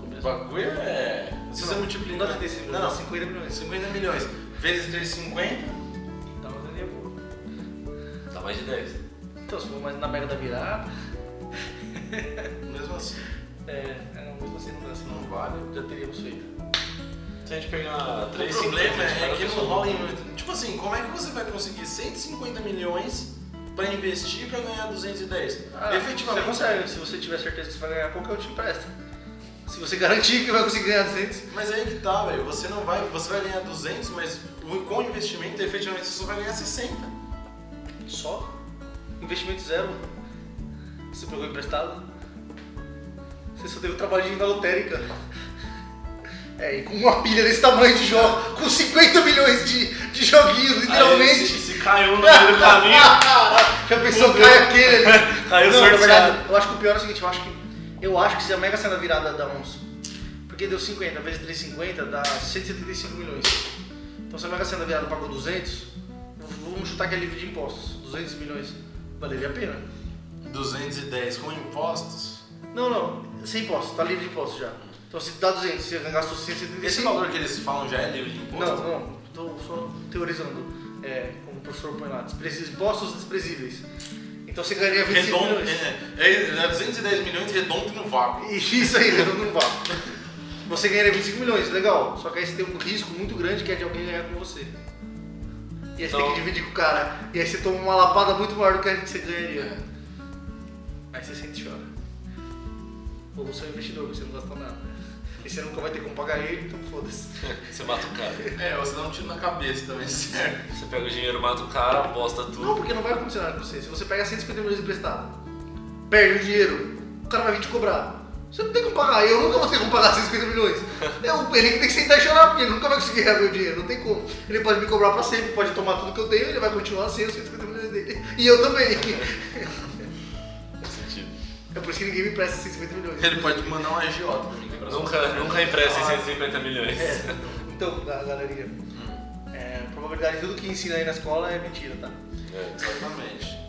C: O bagulho é. Se você
G: Não
C: multiplicar.
G: dá 36 milhões, dá 50 milhões.
C: 50 milhões vezes 350.
G: Dá uma graninha é boa.
B: Dá mais de 10.
G: Então, se for mais na Mega da Virada,
C: Mesmo assim,
G: é, é, não, mesmo assim não dá, assim
C: não
G: não
C: vale.
G: já teríamos feito.
B: Se a gente pegar
C: O
B: 3
C: problema é que não rola em muito. Tipo assim, como é que você vai conseguir 150 milhões pra investir pra ganhar 210?
G: Você consegue, se você tiver certeza que você vai ganhar, qualquer time presta. Se você garantir que vai conseguir ganhar 200,
C: Mas aí que tá, velho. Você não vai. Você vai ganhar 200, mas o- com o investimento, efetivamente, você só vai ganhar 60.
G: só. Investimento zero. Você pegou emprestado. Você só teve o trabalho de ir na lotérica. É, e com uma pilha desse tamanho de jogo, com 50 milhões de, de joguinhos,
B: Aí,
G: literalmente.
B: se, se caiu no meio do caminho,
G: Já pensou, cai aquele ali.
B: Caiu
G: não, na
B: sorteado.
G: verdade, eu acho que o pior é o seguinte, eu acho que. Eu acho que se a Mega Sena virada dá uns. Porque deu 50 vezes 350 dá 175 milhões. Então se a Mega Sena virada pagou 200, v- vamos chutar que é livre de impostos. 200 milhões. Valeria a pena?
C: 210 com impostos.
G: Não, não. Sem impostos, tá livre de impostos já. Então se dá 200, você gastou 175.
C: Esse valor que eles falam já é livre de imposto?
G: Não, não. Estou só teorizando. É, como o professor põe lá, desprezíveis, impostos desprezíveis. Então você ganharia 25
C: Redondo.
G: milhões.
C: É, é 210 milhões redondo no vácuo.
G: Isso aí, redondo no vácuo. Você ganharia 25 milhões, legal. Só que aí você tem um risco muito grande que é de alguém ganhar com você. E aí você tem
B: Então-
G: que dividir com o cara. E aí você toma uma lapada muito maior do que a que você ganharia. É. Aí você sente e chora. Ou você é um investidor, você não gastou nada. E você nunca vai ter como pagar ele, então foda-se.
B: você mata o cara.
C: É, você dá um tiro na cabeça também, certo?
B: Você pega o dinheiro, mata o cara, aposta tudo.
G: Não, porque não vai acontecer nada com você. Se você pega 150 milhões emprestado, perde o dinheiro, o cara vai vir te cobrar. Você não tem como pagar, eu nunca vou ter como pagar 150 milhões. É o ele que tem que sentar e chorar, porque ele nunca vai conseguir reaver o dinheiro, não tem como. Ele pode me cobrar pra sempre, pode tomar tudo que eu tenho, ele vai continuar sendo 150 milhões dele. E eu também.
B: Faz sentido.
G: É por isso que ninguém me empresta 150 milhões.
C: Ele pode mandar um agiota pra mim quebrar sua
B: Nunca, nunca empresta em 150 milhões.
G: Ah. É, então, ga- galerinha, é, a probabilidade de tudo que ensina aí na escola é mentira, tá?
B: É.
C: né? Exatamente.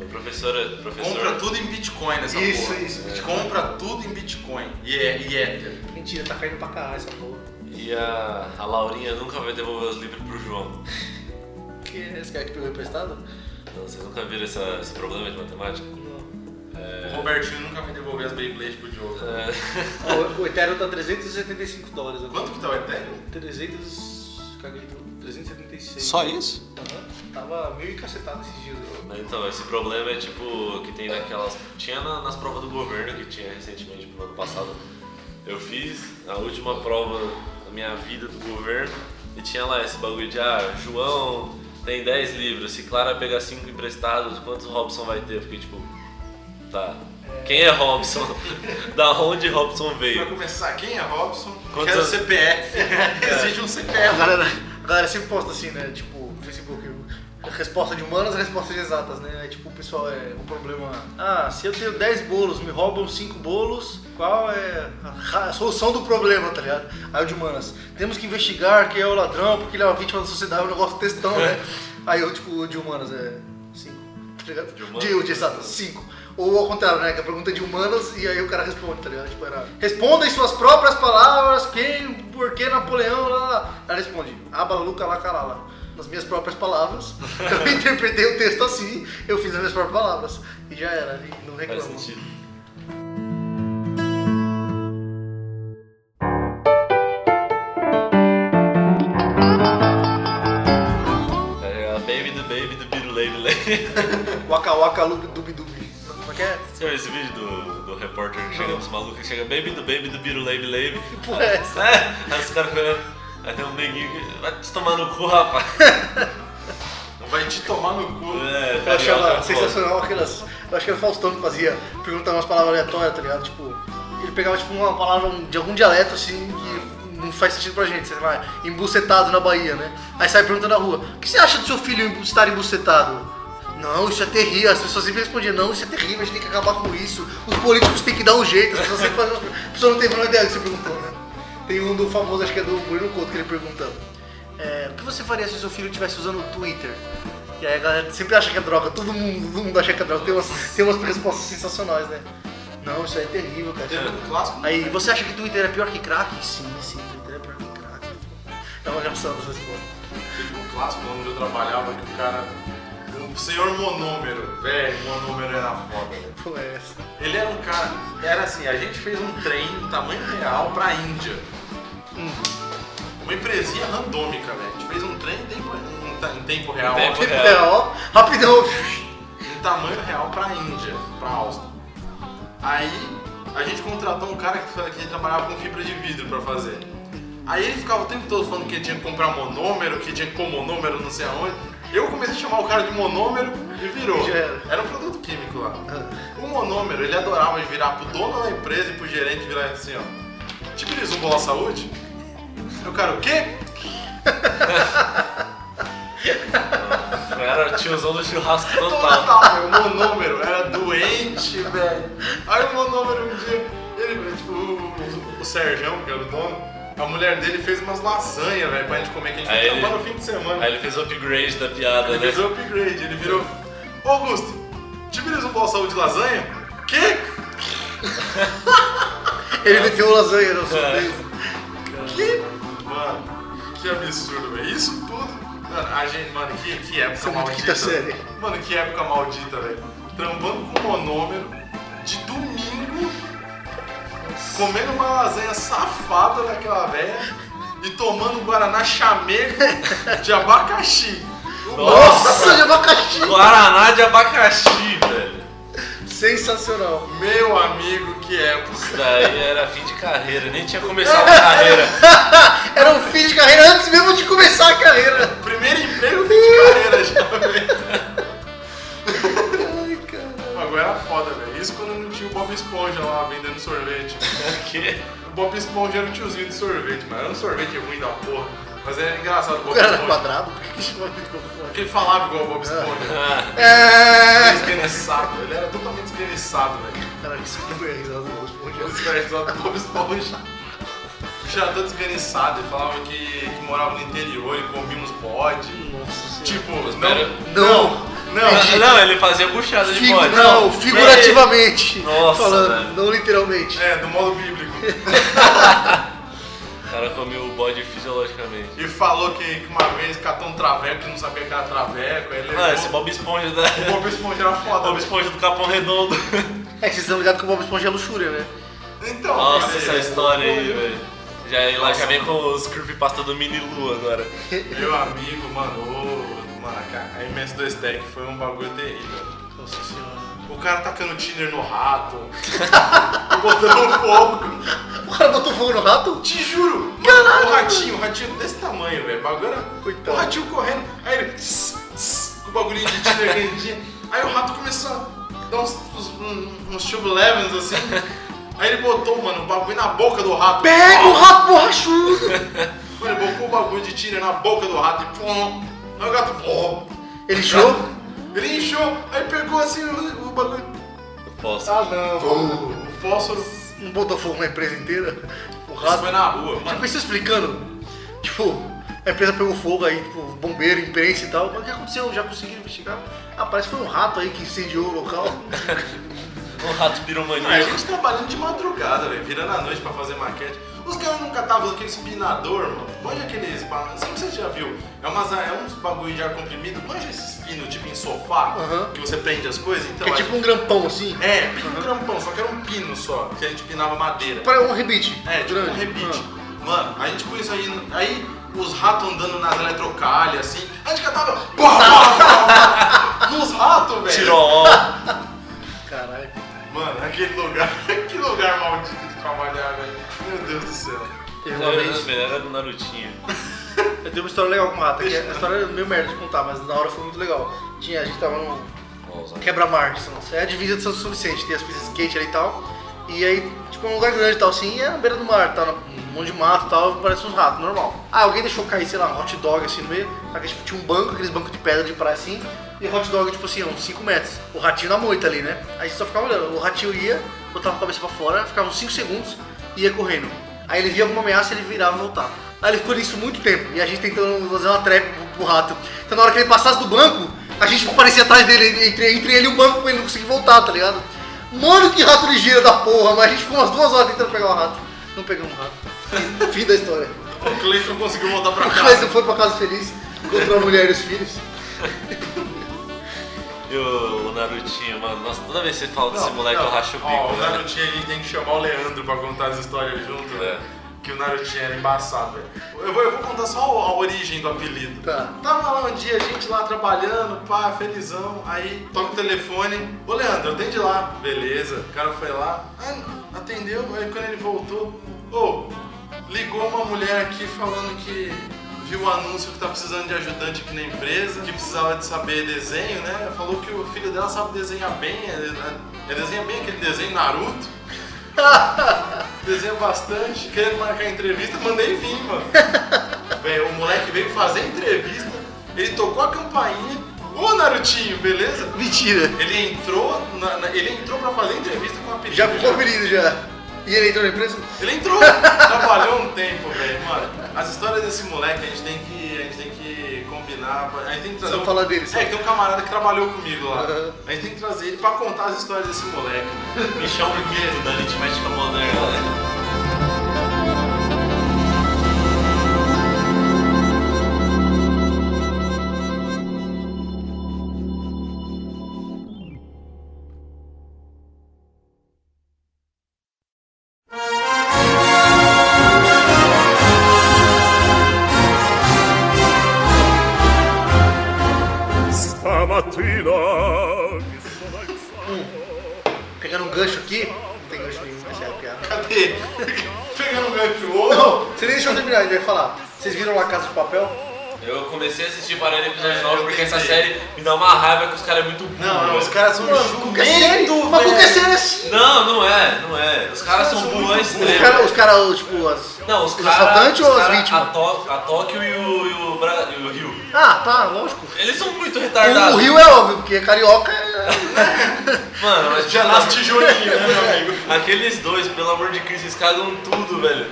B: A Professora, professor.
C: Compra tudo em Bitcoin nessa
G: Isso,
C: porra.
G: isso, Bitcoin.
C: Compra tudo em Bitcoin. E, é, e Ether.
G: Mentira, tá caindo pra caralho essa porra.
B: E a, a Laurinha nunca vai devolver os livros pro João.
G: Que é esse cara que pegou emprestado?
B: Não, vocês nunca viram essa- esse problema de matemática?
G: Não.
C: O Robertinho nunca vai devolver as Beyblade pro Diogo.
B: É,
G: O, o Ethereum tá 375 dólares né? agora.
C: Quanto que tá o Ethereum?
G: 300. Caguei tudo. 376.
C: isso?
G: Aham. Tava meio encacetado esses dias. eu-
B: então, esse problema é tipo que tem naquelas. Tinha na- nas provas do governo que tinha recentemente, no ano passado. Eu fiz a última prova minha vida do governo e tinha lá esse bagulho de, ah, João tem 10 livros, se Clara pegar 5 emprestados, quantos Robson vai ter? Eu fiquei tipo, tá. Quem é Robson? da onde Robson
C: Pra
B: veio?
C: começar, quem é Robson?
B: Quantos
C: Quero
B: anos-
C: CPF. Exige um
A: É, a
C: CPF.
A: galera, a galera sempre posta assim, né? Tipo, no Facebook, resposta de humanas respostas de exatas, né? Aí, tipo, o pessoal é o problema. Ah, se eu tenho 10 bolos, me roubam 5 bolos, qual é a ra- a solução do problema, tá ligado? Aí o de humanas, temos que investigar quem é o ladrão, porque ele é uma vítima da sociedade, é um negócio textão, né? Aí eu, tipo, o de humanas é 5. Tá ligado?
B: De humanas?
A: de, o de exatas, 5. Ou ao contrário, né? Que a pergunta é de humanas e aí o cara responde, tá ligado? Tipo, era. Responda em suas próprias palavras quem, por que Napoleão, lá, lá, lá. Ela responde, abaluca lá, carala. Nas minhas próprias palavras. Eu interpretei o texto assim, eu fiz as minhas próprias palavras. E já era, e não
B: Faz
A: reclamo.
B: sentido. É, a Baby do Baby do Birulei Bilei.
A: Waka waka lubi dubi dubi. Como é que é?
B: Você viu esse vídeo do, do repórter que chega nos malucos que chega Baby do Baby do Birulei Bilei? Que
A: porra é essa?
B: Aí os caras ficam. Aí tem um neguinho que. Vai te tomar no cu, rapaz.
C: Vai te tomar no cu.
B: É,
A: Eu
B: carioca,
A: achava
B: pô.
A: sensacional aquelas. Eu acho que era o Faustão que fazia, perguntava umas palavras aleatórias, tá ligado? Tipo, ele pegava tipo uma palavra de algum dialeto assim que não faz sentido pra gente, sei lá, embucetado na Bahia, né? Aí sai perguntando na rua: o que você acha do seu filho embu- estar embucetado? Não, isso é terrível. As pessoas sempre respondiam: não, isso é terrível, a gente tem que acabar com isso. Os políticos têm que dar um jeito, as pessoas sempre fazem. As pessoas não têm a menor ideia do que você perguntou, né? Tem um do famoso, acho que é do Bruno Couto, que ele pergunta: é, o que você faria se o seu filho estivesse usando o Twitter? E aí a galera sempre acha que é droga, todo mundo, todo mundo acha que é droga. Tem umas, tem umas respostas sensacionais, né? Não, isso aí é terrível, cara.
C: Teve um clássico.
A: Aí, você acha que Twitter é pior que crack? Sim, sim, Twitter é pior que crack. É uma engraçada essa resposta.
C: Teve um clássico onde eu trabalhava que o cara. O senhor monômero, velho, monômero era foda. velho.
A: Pô, é essa.
C: Ele era um cara. Era assim, a gente fez um trem em tamanho real pra Índia. Uma empresinha randômica, velho. A gente fez um trem em tempo, em ta- em tempo real.
B: Em tempo
C: óbvio.
A: Tipo, é, ó, rapidão.
C: em tamanho real pra Índia, pra Áustria. Aí a gente contratou um cara que, fa- que trabalhava com fibra de vidro pra fazer. Aí ele ficava o tempo todo falando que tinha que comprar monômero, que tinha que pôr monômero não sei aonde. Eu comecei a chamar o cara de monômero e virou.
A: Já era. Ah.
C: Era um produto químico lá. O monômero, ele adorava virar pro dono da empresa e pro gerente virar assim, ó. Tipo eles um bola saúde? Eu cara, o quê?
B: Era o tiozão do churrasco total.
C: Total, meu monômero era doente, velho. Aí o monômero um dia, ele, tipo, o, o, o Sérgio, que era o dono, a mulher dele fez umas lasanhas, velho, pra gente comer, que a gente
B: Aí
C: foi
B: ele-
C: trampar no fim de semana.
B: Aí ele fez o upgrade da piada,
C: ele
B: né?
C: fez o upgrade, ele virou. Ô Augusto, te vira um bom saúde de lasanha? Quê?
A: Ele meteu lasanha um no sorteio.
C: Que? Mano, que absurdo, velho. Isso tudo. Mano, a gente, mano, que, que época
A: Isso é muito
C: maldita.
A: quinta série.
C: Mano, que época maldita, velho. Trampando com monômero de domingo, comendo uma lasanha safada daquela velha e tomando guaraná chamego de abacaxi.
A: Nossa, de abacaxi!
B: Guaraná de abacaxi, velho.
A: Sensacional.
C: Meu amigo, que época.
B: Isso daí era fim de carreira, nem tinha começado a carreira.
A: Era um fim de carreira antes mesmo de começar a carreira.
C: Primeiro emprego fim de carreira já, velho.
A: Ai, cara.
C: Agora era foda, velho. Isso quando não tinha o Bob Esponja lá vendendo sorvete.
B: Que?
C: O Bob Esponja era um tiozinho de sorvete, mas era um sorvete ruim da porra. Mas era engraçado o
A: O
C: Bob
A: cara era
C: Esponja.
A: quadrado? Por que que chama de quadrado?
C: Porque ele falava igual o Bob Esponja.
B: Ah,
A: É.
C: Esganiçado, ele era totalmente esganiçado, velho.
A: Caralho, isso aqui foi a risada do Bob Esponja.
C: Os caras do Bob Esponja. O bicho era todo esganiçado, ele falava que, que morava no interior e comia uns bode.
A: Nossa
C: Tipo,
B: pera-
C: não,
A: Não. É
C: não,
B: ah, não, ele fazia buchada de
A: Figu-
B: bode.
A: não, figurativamente.
B: Nossa,
A: falando,
B: velho.
A: não literalmente.
C: é, do modo bíblico.
B: O cara comia o bode fisiologicamente.
C: E falou que, que uma vez catou um traveco que não sabia que era traveco. Aí ele
B: Ah,
C: levou-
B: esse Bob Esponja da.
C: O Bob Esponja era foda. né?
B: Bob
C: velho.
B: Esponja do Capão Redondo.
A: É que vocês estão ligados que o Bob Esponja é luxúria, né?
C: Então,
B: Nossa,
C: ele-
B: essa história aí, velho. Já, ele lá já vem com os creepypasta do Mini Lu agora.
C: Meu amigo, mano, ô, mano, a a MS2 Tech foi um bagulho terrível.
A: Nossa senhora.
C: O cara tacando tiner no rato, botando fogo.
A: O cara botou fogo no rato?
C: Te juro! mano,
A: Caralho!
C: Um ratinho, um ratinho desse tamanho, velho. Agora,
A: Coitado.
C: um ratinho correndo. Aí ele. tss, tss, com o bagulhinho de tira grandinha. Aí o rato começou a dar uns, uns, um- uns chubb levens assim. Aí ele botou, mano, o bagulho na boca do rato.
A: Pega o rato borrachudo!
C: Mano, ele botou o bagulho de tira na boca do rato e pum. Aí o gato. pum.
A: Ele chorou?
C: Ele inchou, aí pegou assim o, o bagulho.
B: Posso.
A: Ah, não.
C: O fósforo.
A: Não botou fogo na empresa inteira? O
C: Isso
A: rato.
C: foi na rua, mano.
A: Tipo, isso explicando. Tipo, a empresa pegou fogo aí, tipo, bombeiro, imprensa e tal. Mas o que aconteceu? Já conseguiram investigar? Ah, parece que foi um rato aí que incendiou o local.
B: Um rato
A: É.
C: A
B: piromaníaco.
C: gente trabalhando de madrugada, velho, virando a noite pra fazer maquete. Os caras nunca estavam aqueles pinador, mano. Manja aqueles. pa- Não sei se você já viu. É, umas, é uns bagulho de ar comprimido. Manja esses pinos, tipo em sofá,
A: Aham.
C: que você prende as coisas. Então,
A: Que é
C: a
A: tipo um grampão assim.
C: gente- É, pino grampão, só que era um pino só, que a gente pinava madeira.
A: Para um rebite.
C: É, tipo um
A: grande.
C: rebite. Mano, a gente pôs isso aí. no- Aí os ratos andando nas eletrocalhas, assim. A gente catava. Pá, pá, pá, pá, nos ratos,
B: é.
C: velho.
B: Tirou.
A: Ah, Caralho.
C: Mano, aquele lugar, que lugar maldito de trabalhar, velho. Meu Deus do céu.
G: Teve uma vez.
B: Era é, do Narutinho.
G: É, Eu tenho uma história legal com o rato. que é- a história é meio merda de contar, mas na hora foi muito legal. Tinha, a gente tava num quebra-mar de São É a divisa de São Vicente, tem as pistas de skate ali e tal. E aí, tipo, é um lugar grande e tal, assim, e é na beira do mar, tá um monte de mato e tal, parece uns ratos, normal. Ah, alguém deixou cair, sei lá, um hot dog assim no meio, só que tipo, tinha um banco, aqueles bancos de pedra de praia assim, e o hot dog, tipo assim, uns 5 metros. O ratinho na moita ali, né? Aí a gente só ficava olhando, o ratinho ia, botava a cabeça pra fora, ficava uns 5 segundos e ia correndo. Aí ele via alguma ameaça, ele virava e voltava. Aí ele ficou nisso muito tempo, e a gente tentando fazer uma trap pro, pro rato. Então na hora que ele passasse do banco, a gente parecia atrás dele, entre, entre ele e o banco, pra ele não conseguir voltar, tá ligado? Mano, que rato ligeiro da porra, mas a gente ficou umas duas horas tentando pegar o rato. Não pegamos o rato. Fim da história.
C: O Cleiton conseguiu voltar pra
A: O Cleiton
C: casa.
A: foi pra casa feliz, encontrou a mulher e os filhos.
B: E o, o Narutinho, mano. Nossa, toda vez que você fala desse
C: Não,
B: moleque,
C: não.
B: eu racho o bico,
C: Ó, é um o
B: né?
C: Narutinho a gente tem que chamar o Leandro pra contar as histórias junto, né? Que o Narutinho era embaçado, velho. Eu vou, eu vou contar só a origem do apelido.
A: Tá.
C: Tava lá um dia, a gente lá trabalhando, pá, felizão. Aí toca o telefone. Ô Leandro, atende lá. Beleza. O cara foi lá. Ah, atendeu. Aí quando ele voltou, ô, ligou uma mulher aqui falando que viu o anúncio que tá precisando de ajudante aqui na empresa, que precisava de saber desenho, né? Falou que o filho dela sabe desenhar bem. Ela ela desenha bem aquele desenho Naruto. Desenha bastante, querendo marcar entrevista, mandei vir, mano. Véi, o moleque veio fazer entrevista, ele tocou a campainha. Ô Narutinho, beleza?
A: Mentira.
C: Ele entrou, na, na- ele entrou pra fazer entrevista com a apelido.
A: Já ficou apelido já. E ele entrou na empresa?
C: Ele entrou, trabalhou um tempo, velho. Mano, as histórias desse moleque a gente tem que, a gente tem que combinar, a gente tem que trazer.
A: Só
C: um-
A: falar dele, só.
C: É, tem um camarada que trabalhou comigo lá.
A: Aham.
C: A gente tem que trazer ele pra contar as histórias desse moleque.
B: Me chama o Gueto da aritmética moderna.
A: Pegando um gancho aqui. Não tem gancho nenhum, essa é a piada.
C: Cadê? Pegando um gancho de
A: Não, você nem deixou eu terminar, ele vai falar. Vocês viram lá Casa de Papel?
B: Eu comecei a assistir Baralho Episódio
C: É,
B: 9
C: eu
B: porque essa
C: tentei.
B: série me dá uma raiva que os caras é muito burro.
C: Não, não, os caras são
A: Cuca é sério? Mas Cuca é sério assim.
B: Não, não é, não é. Os caras são burros
A: Os
B: à extrema.
A: caras, os cara, tipo, as,
B: Não, os
A: os
B: caras.
A: assaltantes ou as
B: cara-
A: vítimas?
B: A, Tó- a Tóquio e o, e, o Bra- e o Rio.
A: Ah, tá, lógico.
B: Eles são muito
A: O,
B: retardados.
A: o Rio é óbvio, porque carioca é...
B: Mano, mas
C: Já nasce tijolinho, né, meu amigo?
B: Aqueles dois, pelo amor de Cristo, eles cagam tudo, velho.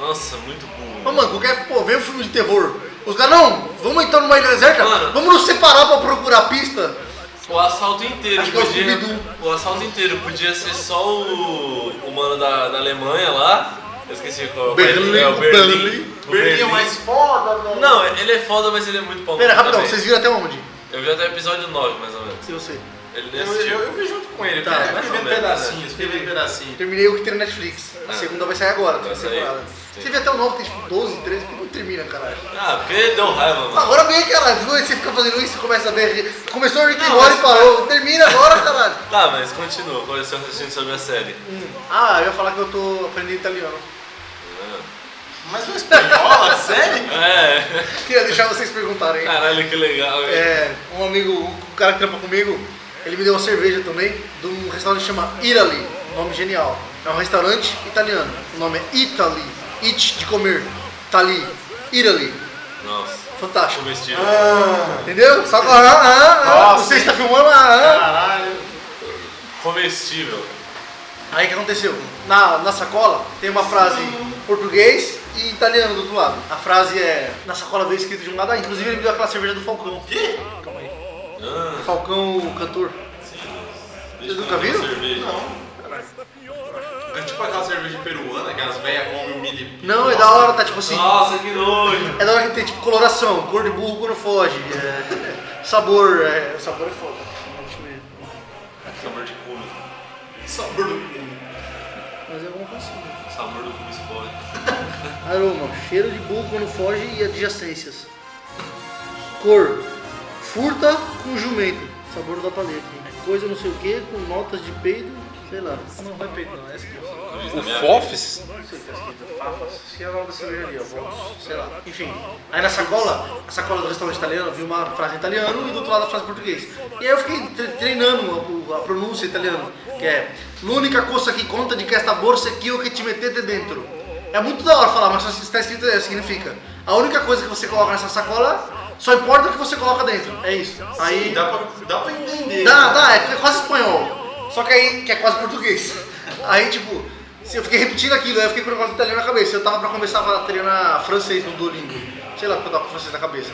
B: Nossa, muito burro.
A: Ô, mano, qualquer... Pô, vê um filme de terror. Os caras, não, vamos então numa ilha deserta?
B: Mano.
A: Vamos nos separar pra procurar a pista?
B: O assalto inteiro
A: Acho que é o
B: podia.
A: Scooby-Doo.
B: O assalto inteiro podia ser só o, o mano da, da Alemanha lá. Eu esqueci qual é o
A: Berlim,
B: país, é o
A: Berlim.
B: Berlim. O
C: Berlim é mais foda, velho.
B: Não, ele é foda, mas ele é muito pau no
A: Pera,
B: cu
A: rapidão,
B: também.
A: vocês viram até onde?
B: Eu vi até o episódio 9, mais ou menos.
A: Se você.
B: Ele não
C: Eu,
B: assistiu.
C: eu, eu vi junto com ele,
G: Tá,
C: cara. Eu
B: mais
C: fui
B: ou
C: vendo
B: menos, né?
C: pedacinhos, fiquei vendo pedacinhos.
A: Terminei o que tem no Netflix. A segunda vai sair agora,
B: Vai
A: toda
B: sair.
A: temporada.
B: Sim.
A: Você vê até o novo, tem tipo 12, 13, por que não termina, caralho?
B: Ah, porque deu raiva, mano.
A: Agora vem, caralho, você fica fazendo isso, começa a ver. Começou o Rick and
B: Não,
A: Morty,
B: mas-
A: parou, termina agora, caralho.
B: Tá, mas continua. Começou assistindo sobre a série.
A: Ah, eu ia falar que eu tô aprendendo italiano.
C: Mas o espanhol, sério?
B: É,
A: Queria deixar vocês perguntarem.
B: caralho, que legal, velho.
A: É, um amigo, um cara que trampa comigo, ele me deu uma cerveja também, de um restaurante que chama Italy, nome genial. É um restaurante italiano, o nome é Italy, it de comer, Tali, Italy, É.
B: Nossa,
A: fantástico.
B: comestível.
A: Ah. Entendeu? Só com ah, ah, ah,
C: Nossa,
A: você está filmando, ah, ah.
C: Caralho.
B: Comestível.
A: Aí o que aconteceu? Na, na sacola tem uma frase em português e italiano do outro lado. A frase é, na sacola veio escrito de um lado, ah, inclusive ele me deu aquela cerveja do Falcão. Que? Calma aí.
B: Ah,
A: Falcão, o cantor.
B: sim.
A: Vocês
B: mas deixa eu
A: nunca
B: ver
A: viram?
B: uma cerveja.
C: É tipo aquela cerveja peruana, aquelas velhas comem o milho.
A: Não, é da hora, tá tipo assim,
B: Nossa, que nojo.
A: É da hora que tem tipo coloração, cor de burro quando foge, é, sabor, é, o sabor é foda. Deixa eu ver.
B: Sabor de culo.
C: Sabor do cu.
A: Mas é bom assim.
B: Sabor do culo explode.
A: Aroma, cheiro de burro quando foge e adjacências. Cor, furta com jumento. Sabor da paleta. Coisa não sei o que, com notas de peido, sei lá. Não, vai peido não, é essa aqui.
B: Isso também é-
D: Fofes?
A: Não sei o que tá escrito. Fafas, se é o nome da cerveja ali, ó, Vox, sei lá. Enfim, aí na sacola, a sacola do restaurante italiano, vi uma frase em italiano e do outro lado a frase em português. E aí eu fiquei tre- treinando a, a pronúncia italiana, que é L'unica cosa che conta di questa borsa è quello che ti mettete dentro. É muito da hora falar, mas só se está escrito é, significa. A única coisa que você coloca nessa sacola, só importa o que você coloca dentro. É isso. Aí
C: Dá pra, dá pra entender.
A: Dá, dá, é quase espanhol. Só que aí, que é quase português. Aí, tipo, se eu fiquei repetindo aquilo, aí eu fiquei com o negócio do italiano na cabeça. Eu tava pra começar a falar italiano francês no Duolingo. Sei lá porque eu tava com francês na cabeça.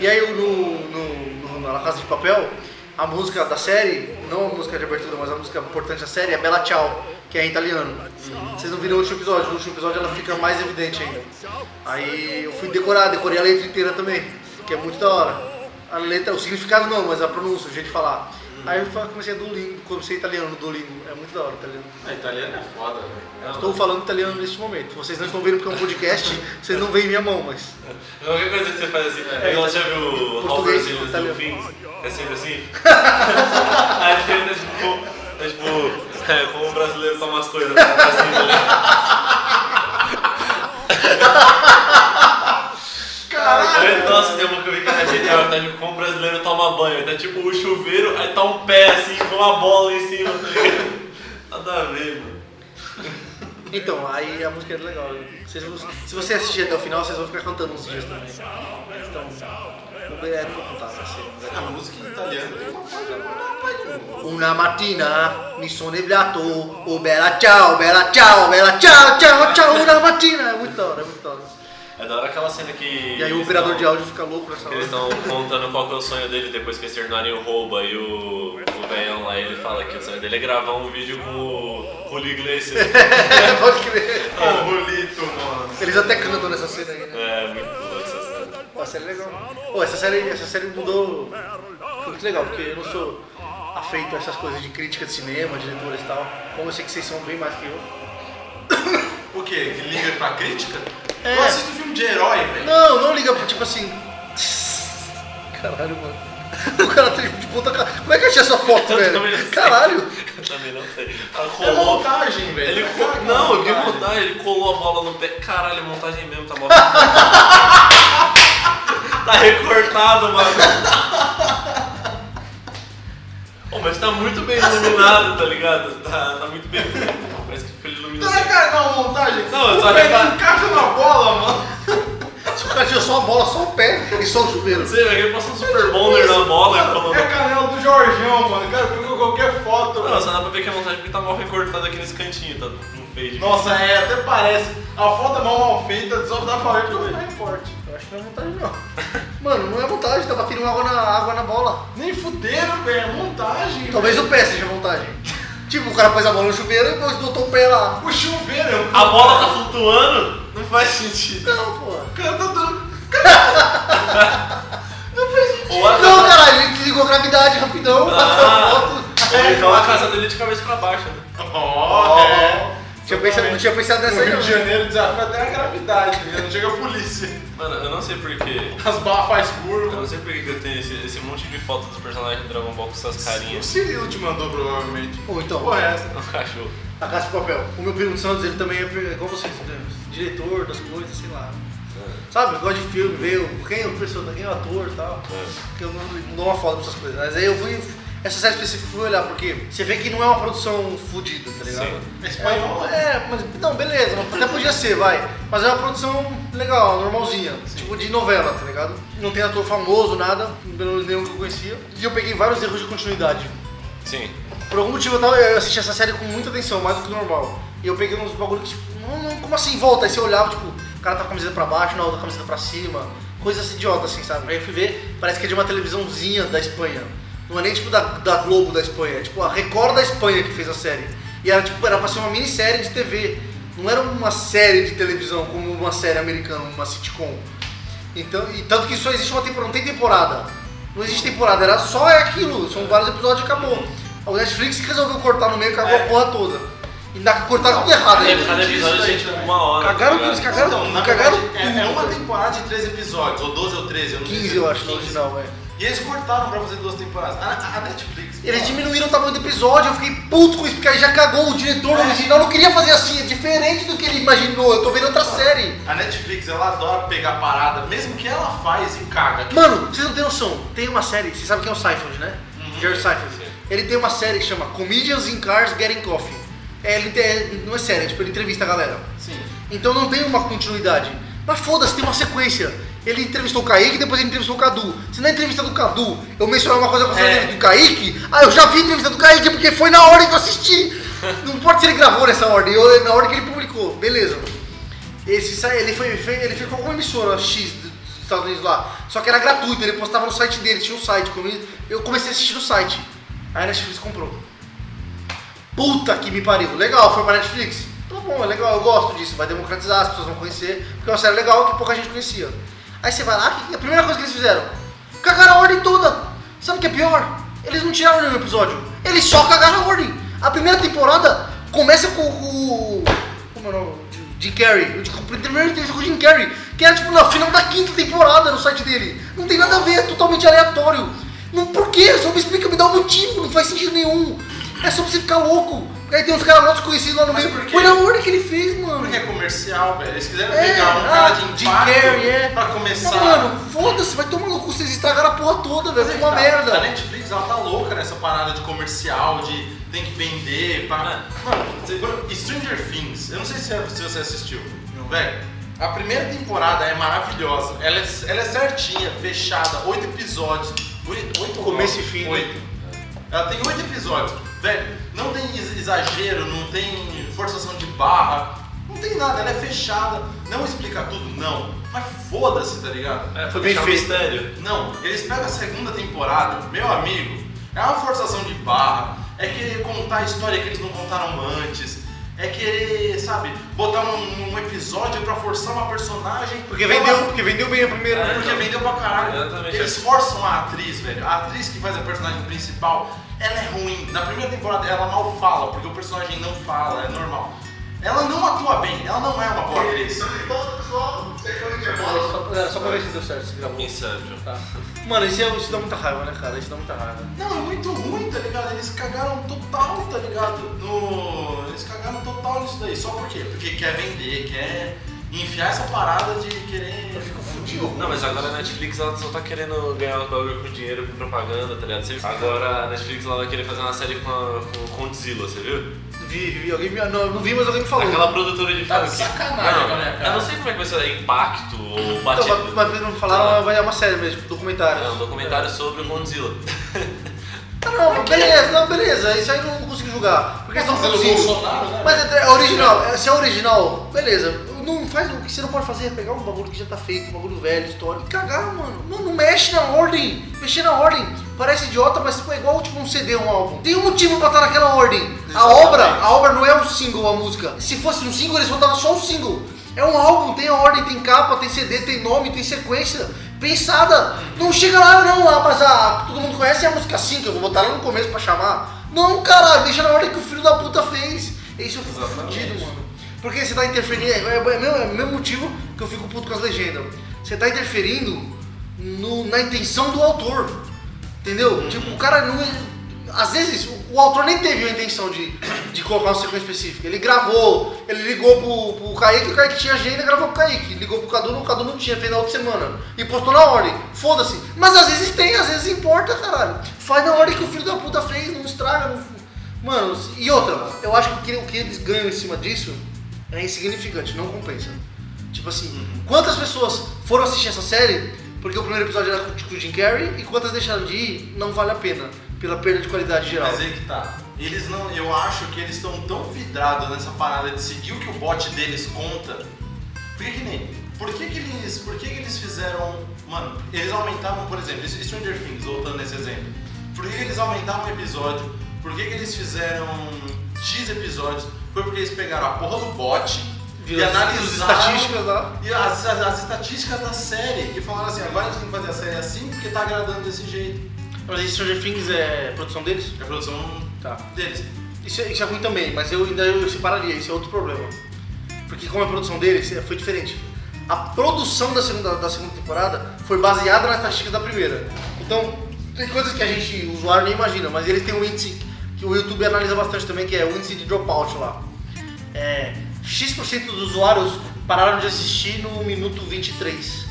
A: E aí, eu, no, no, no- na Casa de Papel, a música da série, não a música de abertura, mas a música importante da série é Bella Ciao, que é em italiano. Vocês não viram o último episódio, no último episódio ela fica mais evidente ainda. Aí eu fui decorar, decorei a letra inteira também, que é muito da hora. A letra, o significado não, mas a pronúncia, o jeito de falar. Aí eu fa- comecei a Duolingo, comecei italiano no Duolingo. É muito da hora italiano.
C: Ah, italiano é foda, velho.
A: Estou falando italiano neste momento. Vocês não estão vendo porque é um podcast, vocês não veem minha mão, mas.
B: Qualquer coisa que você faz assim, igual já viu o
A: É, Português, né? Tá
B: Robert Williams do
A: italiano.
B: Fins, é sempre assim. Aí ele tá tipo, tá tipo, é como o brasileiro toma as coisas, né? Tá assim, tá ligado? Aí, Nossa, tem uma que eu vi que era genial, tá tipo, como o brasileiro toma banho, tá tipo o chuveiro, aí tá um pé assim, com uma bola em cima, tá ligado? Nada a ver, mano.
A: Então, aí a música é legal. Vocês vão- se você assistir até o final, vocês vão ficar cantando uns dias também. Então, é, não vou cantar, vai ser.
C: A música em italiano tem uma coisa, uma coisa.
A: Una mattina mi sono svegliato, oh bella ciao, bella ciao, bella ciao, ciao, ciao, una mattina. É muito da hora, é muito da hora.
B: É da hora aquela cena que.
A: E aí o operador de áudio fica louco nessa
B: Eles
A: hora.
B: estão contando qual que é o sonho dele depois que eles terminarem o rouba e o, o velhão lá ele fala que o sonho dele é gravar um vídeo com o Julio Iglesias.
A: É, pode crer.
C: Ô, Rolito, mano.
A: Eles até cantam nessa cena aí, né?
B: É muito louco essa cena.
A: Pô, a série é legal. Pô, essa série, essa série mudou. Foi muito legal, porque eu não sou afeito a essas coisas de crítica de cinema, de leituras e tal. Como eu sei que vocês são bem mais que eu.
C: O quê? Que liga pra crítica?
A: É.
C: Eu assisto filme de herói, velho.
A: Não, não liga, pro- tipo assim. Caralho, mano. O cara tá de puta cara. Como é que eu achei essa foto,
B: Eu
A: velho?
B: também não sei.
A: Caralho!
B: Eu também não sei. Ela
C: É
B: colou.
C: montagem, velho.
B: Ele
C: É
B: co-
C: cara,
B: Não, que
C: montagem.
B: montagem, ele colou a bola no pé. Caralho, a montagem mesmo tá mal. tá recortado, mano. Oh, mas tá muito bem iluminado, tá ligado? Tá, tá muito bem. Parece que ele iluminou.
C: Será que era uma é montagem?
B: Não, eu
C: o
B: só
C: pé
B: reparei.
C: não encaixa na bola, mano.
A: Se o cara tinha só a bola, só o pé e só o chuveiro.
B: Você, ele passou um super bonder na bola e falou.
C: É a canela do Jorgão, mano. O cara pegou qualquer foto,
B: Não,
C: mano.
B: só dá pra ver que a montagem porque tá mal recortada aqui nesse cantinho, tá no fade.
C: Nossa, é, até parece. A foto é mal mal feita, só dá pra ver porque eu não reporte.
A: Eu acho que não é montagem, não. Mano, não é montagem, tá batendo água na, água na bola.
C: Nem fuderam, velho. É montagem.
A: Talvez o pé seja montagem. Tipo, o cara pôs a bola no chuveiro e depois botou o pé lá.
C: O chuveiro é um-
B: A bola tá flutuando?
C: Não faz sentido.
A: Não, porra.
C: O cara tá dando.
B: Ou a
A: Não, caralho, ele desligou a gravidade rapidão, bateu a foto.
B: Ele tá na casa dele de cabeça pra baixo, né?
C: É, Ó, é.
H: Tinha pensado- não tinha pensado
C: No
H: nessa aí,
C: Rio
H: não.
C: de Janeiro desafia até a gravidade, né? não chega a polícia.
B: Mano, eu não sei porquê.
C: As barras faz
B: Eu
C: curva.
B: não sei porque que eu tenho esse, esse monte de foto dos personagens do Dragon Ball com essas
C: O
B: carinhas.
C: Cirilo te mandou, provavelmente.
H: Ou então,
C: Porra, é essa?
B: Um cachorro.
A: A Casa de Papel. O meu primo Santos, ele também é é igual vocês, né? diretor das coisas, sei lá. Sabe, gosta de filme, vê o- quem é o personagem, quem é o ator e tal. Porque eu não, não dou uma foda pra essas coisas. Mas aí eu fui. Essa série específica eu fui olhar, porque você vê que não é uma produção fodida, tá ligado?
B: Sim.
C: É espanhol.
A: É, é, mas não, beleza, mas até podia ser, vai. Mas é uma produção legal, normalzinha, tipo de novela, tá ligado? Não tem ator famoso, nada, pelo menos nenhum que eu conhecia. E eu peguei vários erros de continuidade.
B: Sim.
A: Por algum motivo eu, tava, eu assisti essa série com muita atenção, mais do que o normal. E eu peguei uns bagulho que, tipo, não, não, como assim, volta? Aí você olhava, tipo, o cara tá com a camiseta pra baixo, na outra camiseta pra cima. Coisas idiota assim, sabe? Aí eu fui ver, parece que é de uma televisãozinha da Espanha. Não é nem tipo da, da Globo da Espanha, é tipo a Record da Espanha que fez a série. E era tipo, era pra ser uma minissérie de TV. Não era uma série de televisão como uma série americana, uma sitcom. Então, e tanto que só existe uma temporada, não tem temporada. Não existe temporada, era só é aquilo, são vários episódios e acabou. O Netflix que resolveu cortar no meio e cagou a porra toda. E ainda cortaram tudo errado
B: Cada, É. cada
A: ainda.
B: episódio tem tipo uma hora.
A: Cagaram
B: tá
A: tudo,
B: ligado?
A: eles cagaram
C: Então, na
A: tudo, cagaram
C: verdade, é, é uma
A: tudo.
C: temporada de três episódios, ou 12 ou 13, eu não sei
A: 15
C: se é
A: eu acho, no
C: 15.
A: final, é.
C: E eles cortaram pra fazer duas temporadas. A, a Netflix.
A: Eles diminuíram o tamanho do episódio, eu fiquei puto com isso, porque aí já cagou o diretor original, não queria fazer assim, é diferente do que ele imaginou, eu tô vendo outra série.
C: A Netflix, ela adora pegar parada, mesmo que ela faz e caga.
A: Mano, vocês não têm noção, tem uma série, vocês sabem quem é o Seinfeld, né? Jerry Seinfeld. Ele tem uma série que chama Comedians in Cars Getting Coffee. É, ele tem- não é série, é tipo, ele entrevista a galera.
C: Sim.
A: Então não tem uma continuidade. Mas foda-se, tem uma sequência. Ele entrevistou o Kaique, depois ele entrevistou o Cadu. Se na entrevista do Cadu eu mencionar uma coisa com a entrevista do Kaique, ah, eu já vi a entrevista do Kaique porque foi na hora que eu assisti. Não importa se ele gravou nessa ordem, ou na hora que ele publicou. Beleza. Esse, sa- ele, foi, foi- ele ficou com uma emissora X do- dos Estados Unidos lá. Só que era gratuito, ele postava no site dele, tinha um site. como ele- Eu comecei a assistir no site. Aí a Netflix comprou. Puta que me pariu. Legal, foi pra Netflix. Tá bom, é legal, eu gosto disso. Vai democratizar, as pessoas vão conhecer. Porque é uma série legal que pouca gente conhecia. Aí você vai lá, que- que a primeira coisa que eles fizeram? Cagaram a ordem toda. Sabe o que é pior? Eles não tiraram nenhum episódio. Eles só cagaram a ordem. A primeira temporada começa com o... Como é o nome? Jim Carrey. O Jim- o primeiro entrevista com o Jim Carrey. Que era tipo no final da quinta temporada no site dele. Não tem nada a ver, é totalmente aleatório. Não, por quê? Só me explica, me dá um motivo, não faz sentido nenhum. É só pra você ficar louco. Aí tem uns caras lá desconhecidos lá no
C: Mas
A: meio.
C: por quê?
A: Foi na hora que ele fez, mano.
C: Porque é comercial, velho. Eles quiseram
A: É,
C: pegar um
A: ah,
C: cara de
A: Jim
C: impacto
A: Carrey, é.
C: pra começar.
A: Não, mano, foda-se, vai tomar no cu, vocês estragaram a porra toda, velho. Ficou uma
C: a, A
A: é merda.
C: Tá Netflix, ela tá louca nessa parada de comercial, de tem que vender, pá. Mano, você- quando- e Stranger Things, eu não sei se, é- se você assistiu. Velho, a primeira temporada é maravilhosa. Ela é, ela é certinha, fechada, oito episódios. Oito, oito ou
A: Começo
C: nove?
A: e fim, né?
C: Oito. Ela tem oito episódios. Velho, não tem ex- exagero, não tem forçação de barra, não tem nada, ela é fechada, não explica tudo, não. Mas foda-se, tá ligado?
B: É, foi
A: bem
B: bem
A: feito.
B: mistério.
C: Não, eles pegam a segunda temporada, meu amigo, é uma forçação de barra, é querer contar a história que eles não contaram antes, é querer, sabe, botar um, um episódio pra forçar uma personagem.
A: Porque
C: Ela-
A: vendeu, porque vendeu bem a primeira.
B: É.
C: Porque vendeu pra caralho.
B: Exatamente.
C: Eles forçam a atriz, velho. A atriz que faz a personagem principal, ela é ruim. Na primeira temporada ela mal fala, porque o personagem não fala, é normal. Ela não atua bem, ela não é uma boa atriz.
A: É, Só, só pra ver se deu certo, se gravou.
B: Inception.
A: Tá. Mano, isso, é- isso dá muita raiva, né, cara? Isso dá muita raiva.
C: Não, é muito ruim, tá ligado? Eles cagaram total, tá ligado? No... Eles cagaram total nisso daí. Só por quê? Porque quer vender, quer enfiar essa parada de querer. Eu fico fudido. né?
B: Não, mas agora a Netflix ela só tá querendo ganhar os bagulho com dinheiro, com propaganda, tá ligado? Você viu? Agora a Netflix ela vai querer fazer uma série com, a, com o Condzilla, você viu?
A: Vi, vi, alguém me, não, eu não vi, mas alguém me falou.
B: Aquela produtora de
C: Tá
B: filme
C: de
B: que-
C: sacanagem
B: não,
C: com a minha cara.
B: Eu não sei como é que vai ser impacto ou
A: Então,
B: batida.
A: mas, mas não falaram, vai dar uma série mesmo, tipo, documentário.
B: É um documentário sobre o Condzilla.
A: Ah, não, mas beleza, não, beleza, isso aí eu não consigo julgar. Porque eles estão
C: Fazendo
A: produzindo.
C: Bolsonaro, né?
A: Mas é é original, é- se é original, beleza. Não faz o que você não pode fazer, é pegar um bagulho que já tá feito, um bagulho velho, histórico, e cagar, mano. Mano, não mexe na ordem. Mexer na ordem parece idiota, mas tipo, é igual tipo um CD, um álbum. Tem um motivo pra estar naquela ordem. A
C: Exatamente.
A: obra, a obra não é um single, a música. Se fosse um single, eles botavam só um single. É um álbum, tem a ordem, tem capa, tem CD, tem nome, tem sequência. assim, Pensada. Não chega lá, não, ah, mas a, todo mundo conhece a música 5, eu vou botar lá no começo pra chamar. Não, caralho, deixa na ordem que o filho da puta fez. É isso eu fico
C: Exatamente.
A: fudido, mano. Porque você tá interferindo. É, é, é, o mesmo- é o mesmo motivo que eu fico puto com as legendas. Você tá interferindo no- na intenção do autor. Entendeu? Tipo, o cara não. Às vezes o, o autor nem teve a intenção de, de colocar uma sequência específica. Ele gravou, ele ligou pro, pro Kaique, o Kaique tinha agenda, gravou pro Kaique. Ligou pro Cadu, o Cadu não tinha, fez na outra semana. E postou na ordem. Foda-se. Mas às vezes tem, às vezes importa, caralho. Faz na ordem que o filho da puta fez, não estraga, não. Mano, e outra, eu acho que o que- o que eles ganham em cima disso é insignificante, não compensa. Tipo assim, quantas pessoas foram assistir essa série porque o primeiro episódio era com com o Jim Carrey e quantas deixaram de ir, não vale a pena, pela perda de qualidade geral.
C: Mas aí que tá. Eles não. Eu acho que eles estão tão vidrados nessa parada de seguir o que o bot deles conta. Por que, que nem. Por que, que eles. Por que, que eles fizeram. Mano, eles aumentavam, por exemplo, esse- Stranger Things, voltando nesse exemplo. Por que, que eles aumentavam o episódio? Por que, que eles fizeram X episódios? Foi porque eles pegaram a porra do bot
A: Viu
C: e
A: as- as
C: analisaram.
A: estatísticas lá?
C: E as, as- as estatísticas da série. E falaram assim, agora a gente tem que fazer a série assim porque tá agradando desse jeito.
G: Mas Stranger Things é produção deles?
C: É a produção
G: Tá.
C: deles.
G: Isso, é- isso é ruim também, mas eu ainda eu separaria, isso é outro problema.
A: Porque como a produção deles é, foi diferente. A produção da segunda, da segunda temporada foi baseada nas estatísticas da primeira. Então, tem coisas que a gente, o usuário, nem imagina, mas eles têm um índice que o YouTube analisa bastante também, que é o índice de dropout lá. É, X% dos usuários pararam de assistir no minuto 23.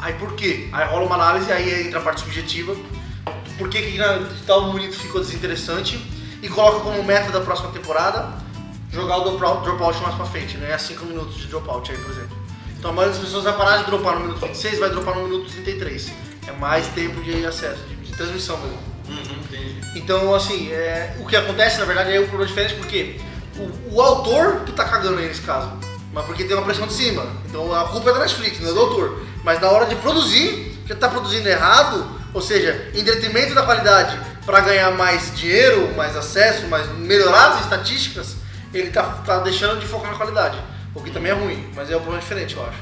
A: Aí por quê? Aí rola uma análise, aí entra a parte subjetiva. Por que, que na- tal minuto ficou desinteressante? E coloca como meta da próxima temporada jogar o dropou- dropout mais pra frente, ganhar 5 minutos de dropout aí, por exemplo. Então a maioria das pessoas vai parar de dropar no minuto 26, vai dropar no minuto 33. É mais tempo de acesso, de, de transmissão mesmo.
C: Uhum, entendi.
A: Então, assim, é, o que acontece, na verdade, é um problema diferente, porque o, o autor que tá cagando aí nesse caso, mas porque tem uma pressão de cima. Então a culpa é da Netflix, não é do autor. Mas na hora de produzir, já tá produzindo errado, ou seja, em detrimento da qualidade para ganhar mais dinheiro, mais acesso, mais melhorar as estatísticas, ele tá, tá deixando de focar na qualidade. O que também é ruim, mas é um problema diferente, eu acho.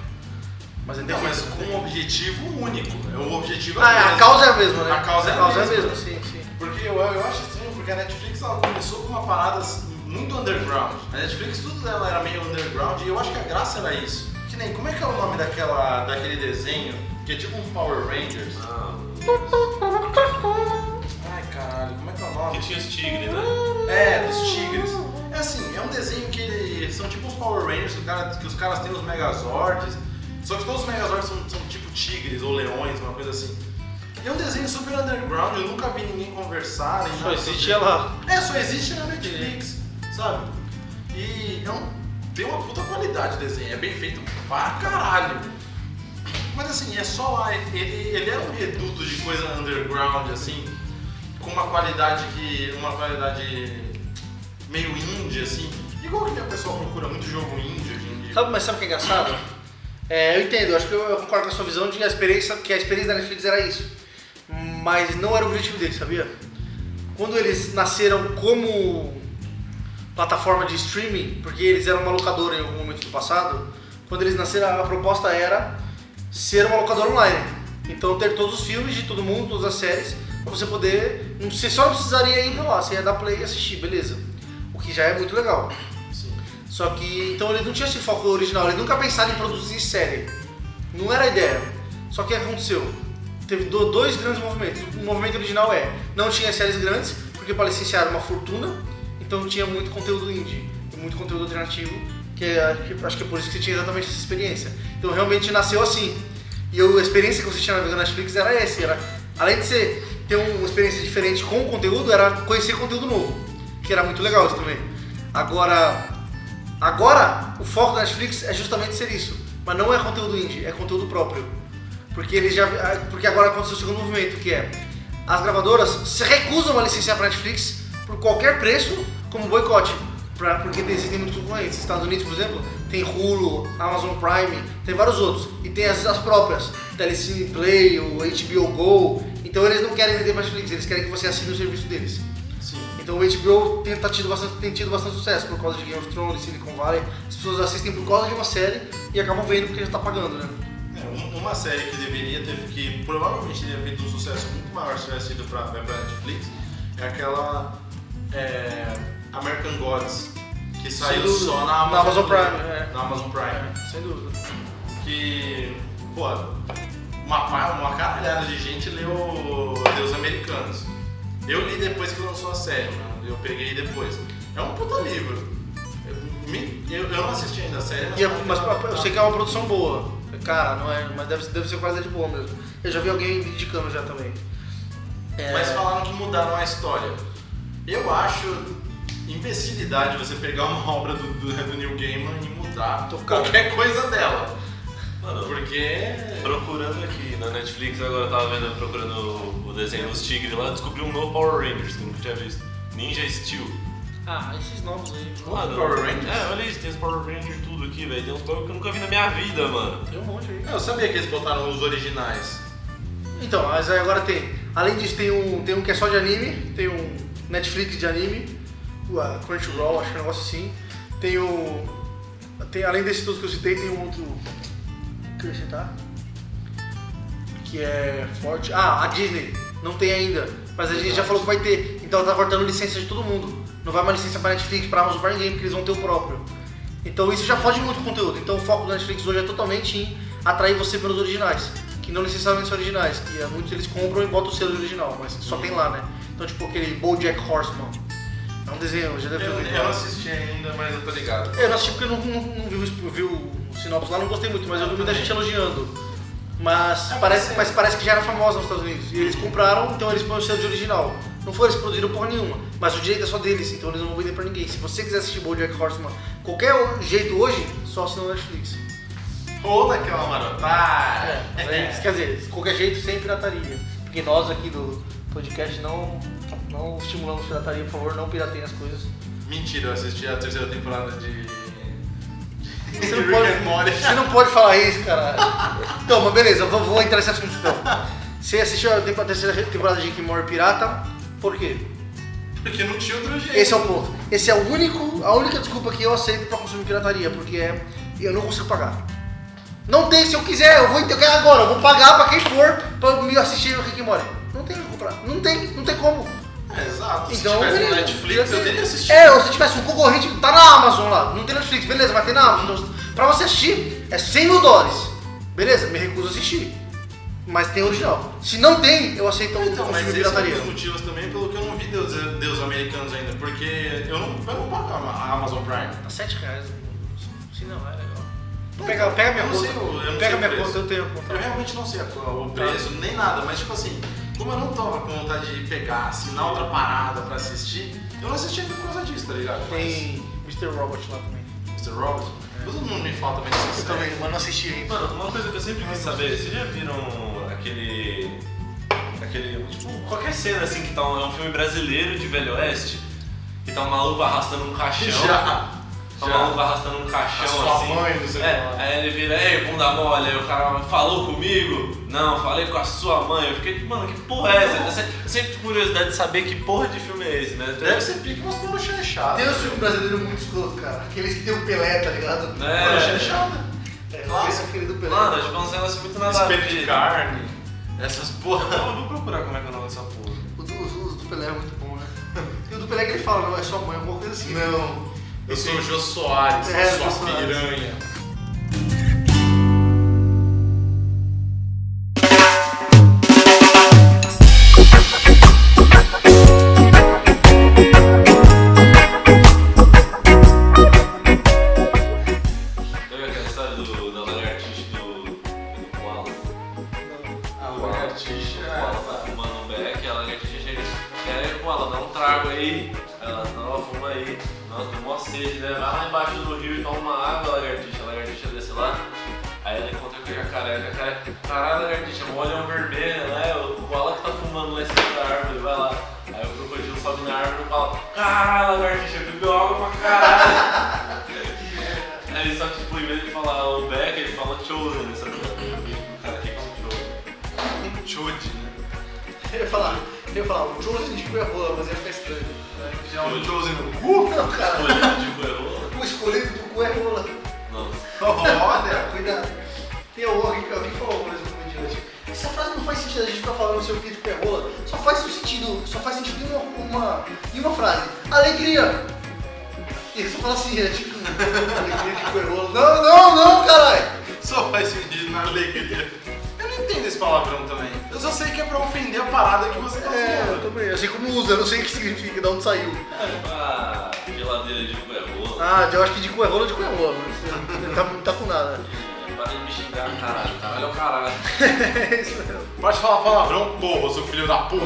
A: Mas ainda
C: Não, mas
A: tem-
C: com um objetivo único. né? O objetivo
A: Ah,
C: o
A: é, a
C: mesmo.
A: causa é a mesma, né?
C: A causa é a, mesma.
A: sim, sim.
C: Porque eu, eu acho estranho, porque a Netflix ela começou com uma parada assim, muito underground. A Netflix, tudo dela era meio underground e eu acho que a graça era isso. Que nem, como é que é o nome daquela, daquele desenho? Que é tipo um Power Rangers.
B: Ah,
C: Ai, caralho, como é que é o
B: que
C: nome?
B: tinha os tigres, né?
C: É, dos tigres. É assim, é um desenho que ele- são tipo os Power Rangers, que, o cara- que os caras têm os Megazords. Só que todos os Megazords são, são tipo tigres ou leões, uma coisa assim. E é um desenho super underground, eu nunca vi ninguém conversar. Nem
G: Só
C: nada
G: existe
C: sobre
G: ela.
C: ele. É, só existe na Netflix, sabe? E é um- tem uma puta qualidade o desenho, é bem feito pra caralho. Mas assim, é só lá, ele, ele é um reduto de coisa underground, assim, com uma qualidade que. uma qualidade meio indie, assim. Igual que a pessoa procura muito jogo indie hoje em dia.
A: Sabe, mas sabe o que é engraçado? É, eu entendo, eu acho que eu, eu concordo com a sua visão de a experiência, que a experiência da Netflix era isso. Mas não era o objetivo deles, sabia? Quando eles nasceram como plataforma de streaming, porque eles eram uma locadora em algum momento do passado, quando eles nasceram a proposta era ser uma locadora online. Então ter todos os filmes de todo mundo, todas as séries, pra você poder. não- Você só não precisaria ir pra lá, você ia dar play e assistir, beleza. O que já é muito legal. Só que então ele não tinha esse foco original, ele nunca pensava em produzir série. Não era a ideia. Só que o que aconteceu? Teve do- dois grandes movimentos. O movimento original é, não tinha séries grandes, porque para licenciar era uma fortuna, então tinha muito conteúdo indie, e muito conteúdo alternativo, que é- que- acho que é por isso que você tinha exatamente essa experiência. Então realmente nasceu assim. E eu- a experiência que eu tinha na vida da Netflix era essa, era, além de você ter um, uma experiência diferente com o conteúdo, era conhecer conteúdo novo, que era muito legal isso também. Agora, Agora, o foco da Netflix é justamente ser isso. Mas não é conteúdo indie, é conteúdo próprio. Porque ele já. ah, Porque agora aconteceu o segundo movimento, que é as gravadoras se recusam a licenciar para Netflix por qualquer preço como boicote. Pra- porque existem muitos concorrentes. Estados Unidos, por exemplo, tem Hulu, Amazon Prime, tem vários outros. E tem as, as próprias, Telecine Play, o HBO Go. Então eles não querem vender para Netflix, eles querem que você assine o serviço deles.
C: assim.
A: Então o HBO tem, tá tido bastante, tem tido bastante sucesso por causa de Game of Thrones, Silicon Valley. As pessoas assistem por causa de uma série e acabam vendo porque já tá pagando, né?
C: É, um- uma série que deveria ter, que provavelmente teria feito um sucesso muito maior se tivesse ido pra, né, pra Netflix, é aquela é, American Gods, que saiu
A: dúvida.
C: só na Amazon,
A: Na Amazon Prime, é.
C: Na Amazon Prime.
A: Sem dúvida.
C: Que, pô, uma, pa- uma caralhada de gente leu Deus Americanos. Eu li depois que lançou a série, né? eu peguei depois. É um puta livro. Eu, me- eu- eu não assisti ainda a série, mas... tá
A: E é- mas eu sei que é uma produção boa. Cara, não é, mas deve, deve ser qualidade boa mesmo. Eu já vi alguém me indicando já também. É,
C: Mas falaram que mudaram a história. Eu acho imbecilidade você pegar uma obra do, do, do Neil Gaiman e mudar qualquer coisa dela.
B: Mano,
C: Porque.
B: procurando aqui na Netflix, agora eu tava vendo, procurando o- o desenho dos tigres lá, descobri um novo Power Rangers que eu nunca tinha visto. Ninja Steel.
A: Ah, esses novos aí.
B: Mano,
C: Power Rangers?
B: É, olha isso, tem os Power Rangers tudo aqui, velho. Tem uns bagulho que eu nunca vi na minha vida, mano.
A: Tem um monte aí.
C: Eu sabia que eles botaram os originais.
A: Então, mas aí agora tem. Além disso, tem um, tem um que é só de anime, tem um Netflix de anime, o, a Crunchyroll, acho que é um negócio assim. Tem o. Tem, além desse tudo que eu citei, tem um outro. que eu ia citar? Que é forte. Ah, a Disney. Não tem ainda. Mas a Disney já falou que vai ter. Então ela tá cortando licença de todo mundo. Não vai mais licença pra Netflix, pra Amazon, pra ninguém, porque eles vão ter o próprio. Então isso já foge muito do conteúdo. Então o foco da Netflix hoje é totalmente em atrair você pelos originais. Que não necessariamente são originais, que é, muitos eles compram e botam o selo de original, mas só tem lá, né? Então tipo aquele Bojack Horseman. É um desenho, já
C: Eu,
A: deve ter ouvido
C: eu
A: falar.
C: não assisti ainda, mas eu tô ligado.
A: É, Eu não assisti porque eu não, não, não vi, o- vi o sinopse lá, não gostei muito, mas eu vi muita gente elogiando. Mas, parece, mas parece que já era famosa nos Estados Unidos. E eles compraram, então eles põem o selo de original. Não foi eles que produziram porra nenhuma, mas o direito é só deles, então eles não vão vender pra ninguém. Se você quiser assistir Bojack Horseman qualquer jeito hoje, só assina o Netflix.
C: Ou daquela marotada.
A: mas aí, quer dizer, qualquer jeito sem pirataria. É, Porque nós aqui do podcast não, não estimulamos pirataria, por favor, não pirateiem as coisas.
C: Mentira, eu assisti a terceira temporada de.
A: Você
C: Rick
A: não, pode,
C: and Morty.
A: você não pode falar isso, cara. Então, mas beleza, vou, vou entrar nesse assunto então. Você assistiu a tempo- a terceira temporada de Rick and Morty Pirata, por quê?
C: Porque não tinha outro jeito.
A: Esse é o ponto. Esse é o único, a única desculpa que eu aceito pra consumir pirataria, porque é, eu não consigo pagar. Não tem, se eu quiser, eu vou entregar agora, eu vou pagar pra quem for pra me assistir no Rick and Morty. Não tem como comprar, não tem, não tem como.
C: É, exato.
A: Então,
C: Se tivesse
A: beleza.
C: no Netflix, eu teria assistido.
A: É, ou se tivesse um concorrente, tá na Amazon lá, não tem Netflix, beleza, vai ter na Amazon. Então, pra você assistir, é 100 mil dólares. Beleza, me recuso a assistir. Mas tem original. Se não tem, eu aceito um
C: Então, mas
A: filme
C: esse é um
A: pirataria.
C: dos motivos também pelo que eu não vi Deus, eh, Deus Americanos ainda, porque eu não, eu não pago a Amazon Prime.
A: Tá 7 reais. Se não, é legal. Pega, pega minha
C: Eu não
A: conta.
C: sei o- eu não sei
A: pega
C: o
A: minha
C: preço.
A: conta, eu tenho a conta. Tá.
C: Eu realmente não sei a- o preço, nem nada, mas tipo assim, como eu não tava com vontade de pegar, assinar outra parada pra assistir, eu não assisti ainda por causa disso, tá ligado?
A: Tem Mr. Robot lá também.
C: Mas, Mr. Robert, todo mundo me fala também dessa
A: É. Eu
C: série.
A: também, mas não assisti ainda.
B: Mano, uma coisa que eu sempre quis saber, vocês já viram aquele. aquele. tipo, qualquer cena assim que tá um, é um filme brasileiro de Velho Oeste, que tá um maluco arrastando um caixão.
C: Já.
B: Tá um
C: já.
B: maluco arrastando um caixão
C: A sua
B: assim.
C: mãe, não sei o que
B: é,
C: lá.
B: aí ele vira, ei, bunda mole, aí o cara falou comigo? Não, falei com a sua mãe. Eu fiquei, mano, que porra é essa? Eu sempre- Eu sempre tive curiosidade de saber que porra de filme é esse, né? Então,
C: Deve ser pique, mas por chanchada.
A: Tem um filme brasileiro muito escroto, cara. Aqueles que tem o Pelé, tá ligado?
C: Por
B: É,
C: chanchada.
A: É,
C: Claro.
A: esse é aquele do Pelé.
B: mano, tipo, é um negócio muito nada a ver.
C: Espeto de carne, essas porra.
B: Não, eu vou procurar como é que é o nome dessa porra.
A: O do, o do Pelé é muito bom, né? E o do Pelé que ele fala, não, é sua mãe, alguma coisa assim.
C: Não. Eu sou o Jô Soares,
A: É,
C: sua
A: Jô Soares.
C: piranha.
B: Lembra aquela história do, da lagartixa do, do koala?
C: A lagartixa.
B: O koala fumando um beck, a lagartixa chega e aí, koala, dá um trago aí. Ela, não, ela fuma aí. Nossa, tô mó sede, né? Vai lá embaixo do rio e toma uma água, é lagartixa. A lagartixa desce lá. Aí ela encontra com o jacaré. O jacaré, caralho, lagartixa, mó olhão vermelho, né? O koala que tá fumando lá em cima da árvore, vai lá. Aí o crocodilo sobe na árvore e fala, caralho, lagartixa, bebeu água pra caralho. Aí só que tipo, em vez de falar o Beck, ele fala Chosen, né? sabe? O cara aqui fala Chosen.
C: Chode, né?
A: Eu ia falar, eu ia falar, o Chosen de Cuerrola, é mas ia ficar estranho.
C: Já o Chosen no cu?
A: Uh, não, cara,
B: Escolha, tipo, errou?
A: o escolhido do é Cuerrola.
B: Nossa.
A: é Olha, cuidado. Tem o Org, alguém falou mesmo com o Essa frase não não faz sentido a gente ficar falando sobre o que de perrola. Só faz um sentido, só faz sentido em uma, uma- em uma frase. Alegria! E ele só fala assim, é tipo, alegria de perrola. Não, não, não, caralho!
C: Só faz sentido na alegria. Eu não entendo esse palavrão também. Eu só sei que é pra ofender a parada que você tá
A: É, eu
C: falando.
A: também. Eu sei como usa, eu não sei o que significa, de onde saiu.
B: Ah, geladeira tipo, né? de goiabola.
A: Ah, eu acho que de cu é rola, de cu é rola. Não tá, não tá com nada.
B: Para de me xingar, caralho. Caralho é o caralho.
A: É isso mesmo. é
C: Pode falar palavrão, porra, seu filho da puta.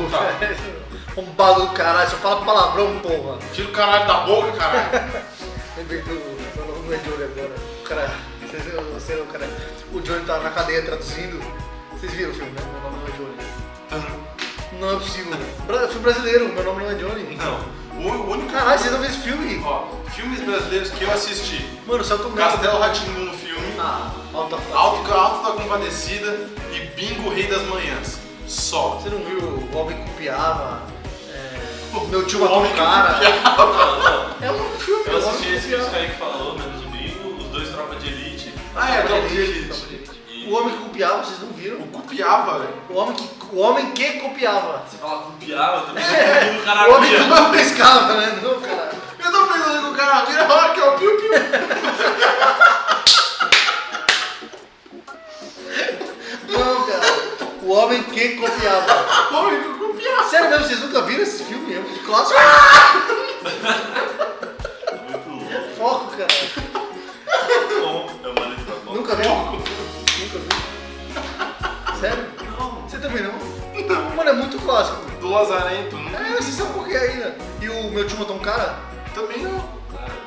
A: Arrombado Um do caralho, só fala palavrão, porra.
C: Tira o caralho da boca, caralho.
A: Lembrei do falando do Johnny agora. O cara, vocês viram, você, o cara, o Johnny tá na cadeia traduzindo. Vocês viram o filme, né? Meu nome não é Johnny. Não é possível. Bra- Eu fui brasileiro, meu nome não é Johnny.
C: Não. O o único.
A: Caralho, vocês não viram esse filme?
C: Ó, filmes brasileiros que eu assisti.
A: Mano, saiu todo mundo.
C: Castelo Ratimbu no filme.
A: tá- Ah, alta frase.
C: Alto, Alto da Compadecida e Bingo Rei das Manhãs. Só.
A: Você não viu o homem que copiava? É... Meu tio
C: O
A: matou
C: homem
A: o
C: que
A: cara.
C: copiava.
B: Não, não.
A: É um filme,
B: Eu
A: é um
B: assisti esse que os
A: filme.
B: caras que falou, menos o bingo, os dois tropa de elite.
C: Ah, é,
A: então,
C: Tropa de Elite.
B: E
A: O homem que copiava, vocês não
C: O
A: viram?
C: copiava, velho.
A: O homem que, o homem que copiava.
B: você fala com piava também. É. Caralho,
A: O homem que não pescava, né? Não, cara.
C: Eu tô pensando que o cara vira a hora que é o Piu Piu.
A: Não, cara. O homem que copiava.
C: Homem que copiava.
A: Sério mesmo, vocês nunca viram esse filme? É muito clássico.
B: Muito louco.
A: Foco, cara.
C: é
B: Bom, eu mandei pra fora.
A: Nunca viu? Nunca viu. Sério? Não. Você também não? Não. Mano, é muito clássico.
C: Do Lazarento, né? nunca
A: É, vocês sabem por que ainda. E o meu tio matou um cara?
C: Também não.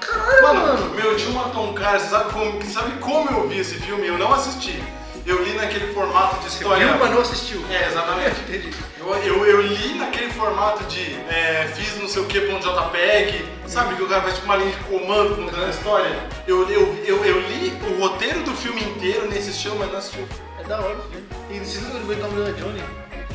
A: Caralho,
C: Mano,
A: mano.
C: meu tio matou um cara, você sabe como, sabe como eu vi esse filme? Eu não assisti. Eu li naquele formato de história.
A: Viu, mas não assistiu.
C: É, exatamente.
A: Entendi.
C: Eu, eu, eu li naquele formato de é, fiz não sei o que pra um JPEG, sabe? Que o cara faz tipo uma linha de comando contando a história. Eu, eu, eu, eu li o roteiro do filme inteiro nesse estilo, mas não assisti o filme.
A: É da hora. né? E vocês nunca viram o nome da Johnny?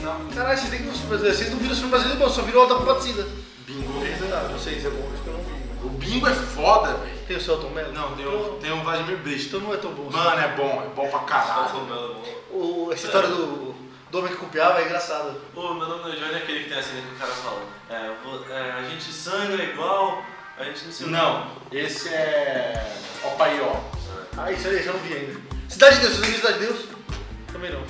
C: Não.
A: Caralho, vocês, têm que... vocês não viram o filme brasileiro, bom, só viram o Alta Combatida.
C: Bingo.
A: Ah, não sei se é bom, acho que eu não vi.
C: O bingo é foda, velho.
A: Tem o Celton Mello?
C: Não, tem o, tem o Vladimir Brist.
A: Então não é tão bom.
C: Mano, é bom, é bom pra caralho.
B: Ô, meu amor.
A: O, essa história do, do homem que copiava é engraçada.
B: Ô, meu nome não é Johnny, é aquele que tem a cena que o cara fala. É, eu vou- é, a gente sangra igual, a gente não se.
C: Não, esse é. Ó, pai, ó.
A: Ah, isso aí, já não vi ainda. Cidade de Deus, vocês viram Cidade de Deus? Também não.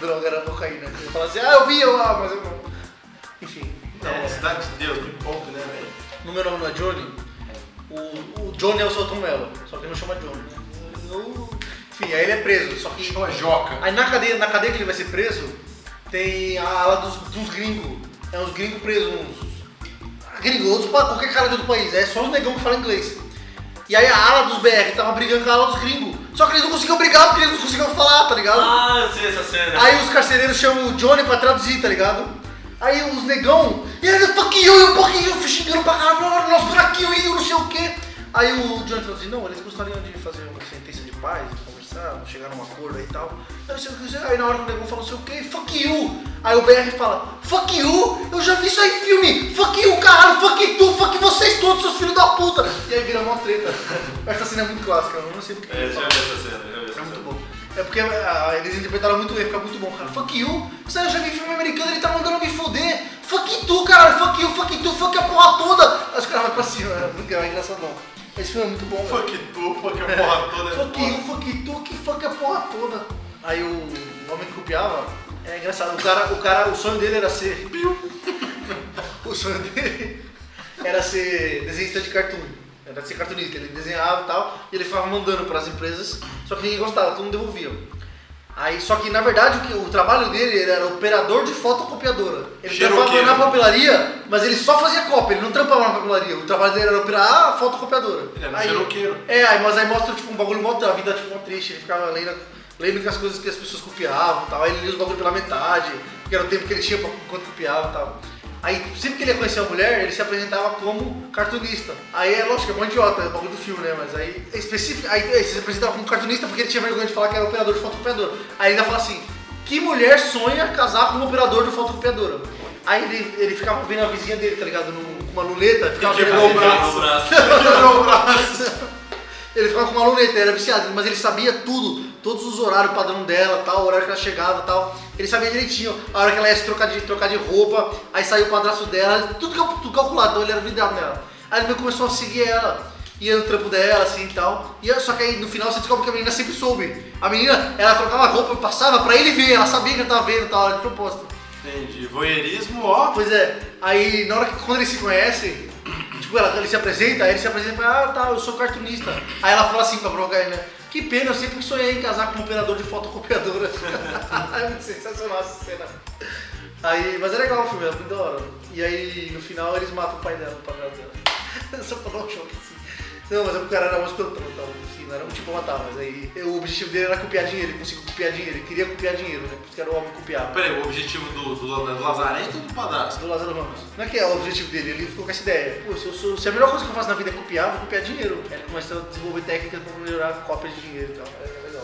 A: Droga, era cocaína. Eu falava assim, ah, eu vi, eu, ah, mas eu não. Enfim.
C: Então,
A: é,
C: Cidade de Deus, me pouco, né, velho?
A: no meu nome não é Johnny, o, o Johnny é o Celton Mello, só que ele não chama Johnny. Eu- enfim, aí ele é preso, só que...
C: Chama Joca.
A: Aí na cadeia, na cadeia que ele vai ser preso, tem a ala dos, dos gringos. É uns gringos presos, uns. Gringos, outros pa- qualquer cara de outro país. É só os negão que falam inglês. E aí a ala dos BR tava brigando com a ala dos gringos. Só que eles não conseguiam brigar porque eles não conseguiam falar, tá ligado?
B: Ah, eu sei essa cena.
A: Aí os carcereiros chamam o Johnny pra traduzir, tá ligado? Aí os negão, e aí fuck you, eu fuck you, xingando pra caralho, nós por aqui, eu indo, não sei o quê. Aí o Johnny traduziu, não, eles gostariam de fazer uma sentença de paz, de conversar, chegar num acordo aí e tal. Eu não sei o que, não sei o quê. aí na hora que o negão fala não sei o quê, fuck you. Aí o BR fala, fuck you, eu já vi isso aí em filme, fuck you, caralho, fuck tu, fuck vocês todos, seus filhos da puta. E aí vira uma treta. Essa cena é muito clássica, eu não sei porque.
B: É, já vi essa cena, já vi
A: É
B: essa
A: muito
B: cena.
A: bom. É porque ah, eles interpretaram muito bem, fica muito bom, cara. Fuck you, você já vi filme americano, ele tá mandando me foder. Fuck tu, cara, fuck you, fuck tu, fuck a porra toda. Aí os caras vão pra cima, é muito é engraçadão. Esse filme é muito bom, velho.
C: Fuck tu, fuck a porra toda.
A: Fuck you, fuck tu, que fuck a porra toda. Aí o homem que copiava, é engraçado, o cara, o cara, o sonho dele era ser... o sonho dele era ser desenhista de cartoon. Era ser cartunista, ele desenhava e tal, e ele ficava mandando para as empresas, só que ninguém gostava, todo mundo devolvia. Aí, só que na verdade o, que- o trabalho dele ele era operador de fotocopiadora. Ele
C: Xeroqueiro.
A: trabalhava na papelaria, mas ele só fazia cópia, ele não trampava na papelaria. O trabalho dele era operar a fotocopiadora.
C: Ele era um
A: Aí-
C: xeroqueiro.
A: é, aí, mas aí mostra tipo, um bagulho mó a vida tipo, mó triste, ele ficava lendo, lendo que as coisas que as pessoas copiavam e tal, aí ele lia os bagulho pela metade, que era o tempo que ele tinha pra, enquanto copiava e tal. Aí sempre que ele ia conhecer uma mulher, ele se apresentava como cartunista. Aí é lógico, é mó idiota, é o bagulho do filme, né? Mas aí, específico, aí é, ele se apresentava como cartunista porque ele tinha vergonha de falar que era operador de fotocopiador. Aí ele ainda fala assim, que mulher sonha casar com um operador de fotocopiadora? Aí ele, ele ficava vendo a vizinha dele, tá ligado? No- Com uma luleta, ficava
C: Ele
A: vendo
C: quebrou o
A: ela-
C: braço.
B: Abraço.
A: Quebrou o braço. Ele ficava com uma luneta, era viciado, mas ele sabia tudo, todos os horários padrão dela, tal, o horário que ela chegava tal. Ele sabia direitinho, a hora que ela ia se trocar de, trocar de roupa, aí saiu o padrasto dela, tudo, cal- tudo calculado, então ele era vidrado nela. Aí ele meio que começou a seguir ela, ia no trampo dela, assim e tal. E aí- só que aí no final você descobre que a menina sempre soube. A menina, ela trocava roupa, passava pra ele ver, ela sabia que ele tava vendo, tal, era de propósito.
C: Entendi. Voyeurismo, ó.
A: Pois é, aí na hora que quando eles se conhecem, tipo, ela, ele se apresenta, aí ele se apresenta e fala, ah tá, eu sou cartunista. Aí ela fala assim pra provocar ele, né? Que pena, eu sempre sonhei em casar com um operador de fotocopiadora. é muito sensacional essa cena. Aí, mas é legal o filme, é muito da hora. E aí no final eles matam o pai dela, o padrasto dela. Só pra dar um choque assim. Não, mas o cara era um escrotão, então, assim, não era um tipo matar, mas aí o objetivo dele era copiar dinheiro, ele conseguiu copiar dinheiro, ele queria copiar dinheiro, né? Porque era o homem copiar.
C: Peraí, o objetivo do, do, do Lazarento ou do padrasto?
A: do Lázaro Ramos. Não é que é o objetivo dele, ele ficou com essa ideia. Pô, se, eu sou- se a melhor coisa que eu faço na vida é copiar, vou copiar dinheiro. Aí ele começou a desenvolver técnicas pra melhorar a cópia de dinheiro e tal. É legal,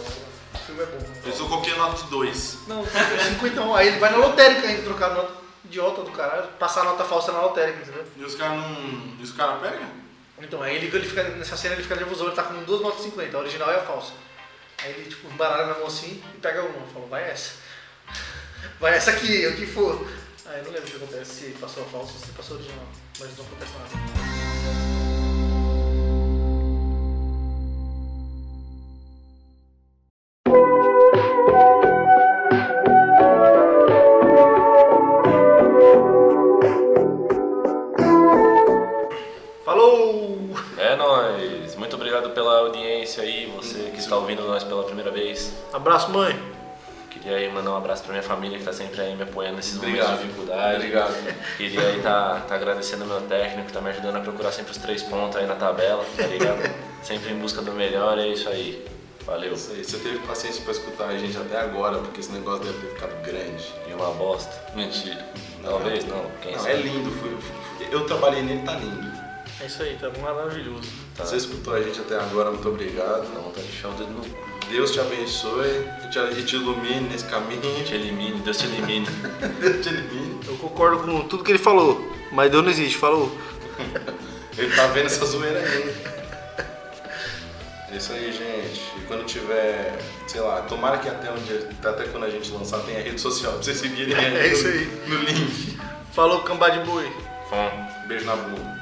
A: o filme é
C: Eu
A: bom.
C: só coloquei nota de dois.
A: Não, 51. Aí ele vai na lotérica ainda trocar a nota idiota do caralho, passar a nota falsa na lotérica, entendeu?
C: E os caras não. E os caras pegam?
A: Então, aí ele, ele fica, nessa cena ele fica nervosão, ele tá com duas notas de 50, a original e a falsa. Aí ele, tipo, baralha na mão assim e pega uma, falou, vai essa. Vai essa aqui, é o que for. Aí eu não lembro o que acontece, se passou a falsa ou se passou a original, mas não acontece nada. Falou!
B: É nóis. Muito obrigado pela audiência aí, você que está ouvindo nós pela primeira vez.
A: Abraço, mãe!
B: Queria aí mandar um abraço pra minha família que tá sempre aí me apoiando nesses
C: Obrigado.
B: momentos de dificuldade.
C: Obrigado.
B: Queria aí tá, tá agradecendo ao meu técnico, tá me ajudando a procurar sempre os três pontos aí na tabela, tá ligado? sempre em busca do melhor, é isso aí. Valeu.
C: Isso aí, você teve paciência pra escutar a gente até agora, porque esse negócio deve ter ficado grande.
B: E uma bosta. Mentira. Talvez não, quem
C: Não,
B: sabe.
C: é lindo, fui- fui- eu trabalhei nele, tá lindo.
G: É isso aí, tá maravilhoso.
B: Tá.
C: Você escutou a gente até agora, muito obrigado.
B: Dá vontade Tá de chão dedo no cu.
C: Deus te abençoe e te, e te ilumine nesse caminho.
B: Te elimine, Deus te elimine.
C: Deus te ilumine.
G: Eu concordo com tudo que ele falou, mas Deus não existe, falou.
C: Ele tá vendo essa zoeira ainda. É isso aí, gente. E quando tiver, sei lá, tomara que até onde, até quando a gente lançar tenha rede social pra vocês seguirem aí,
G: É isso
C: no-
G: aí.
C: no link.
G: Falou, cambá de boi.
B: Fom.
C: Beijo na bunda.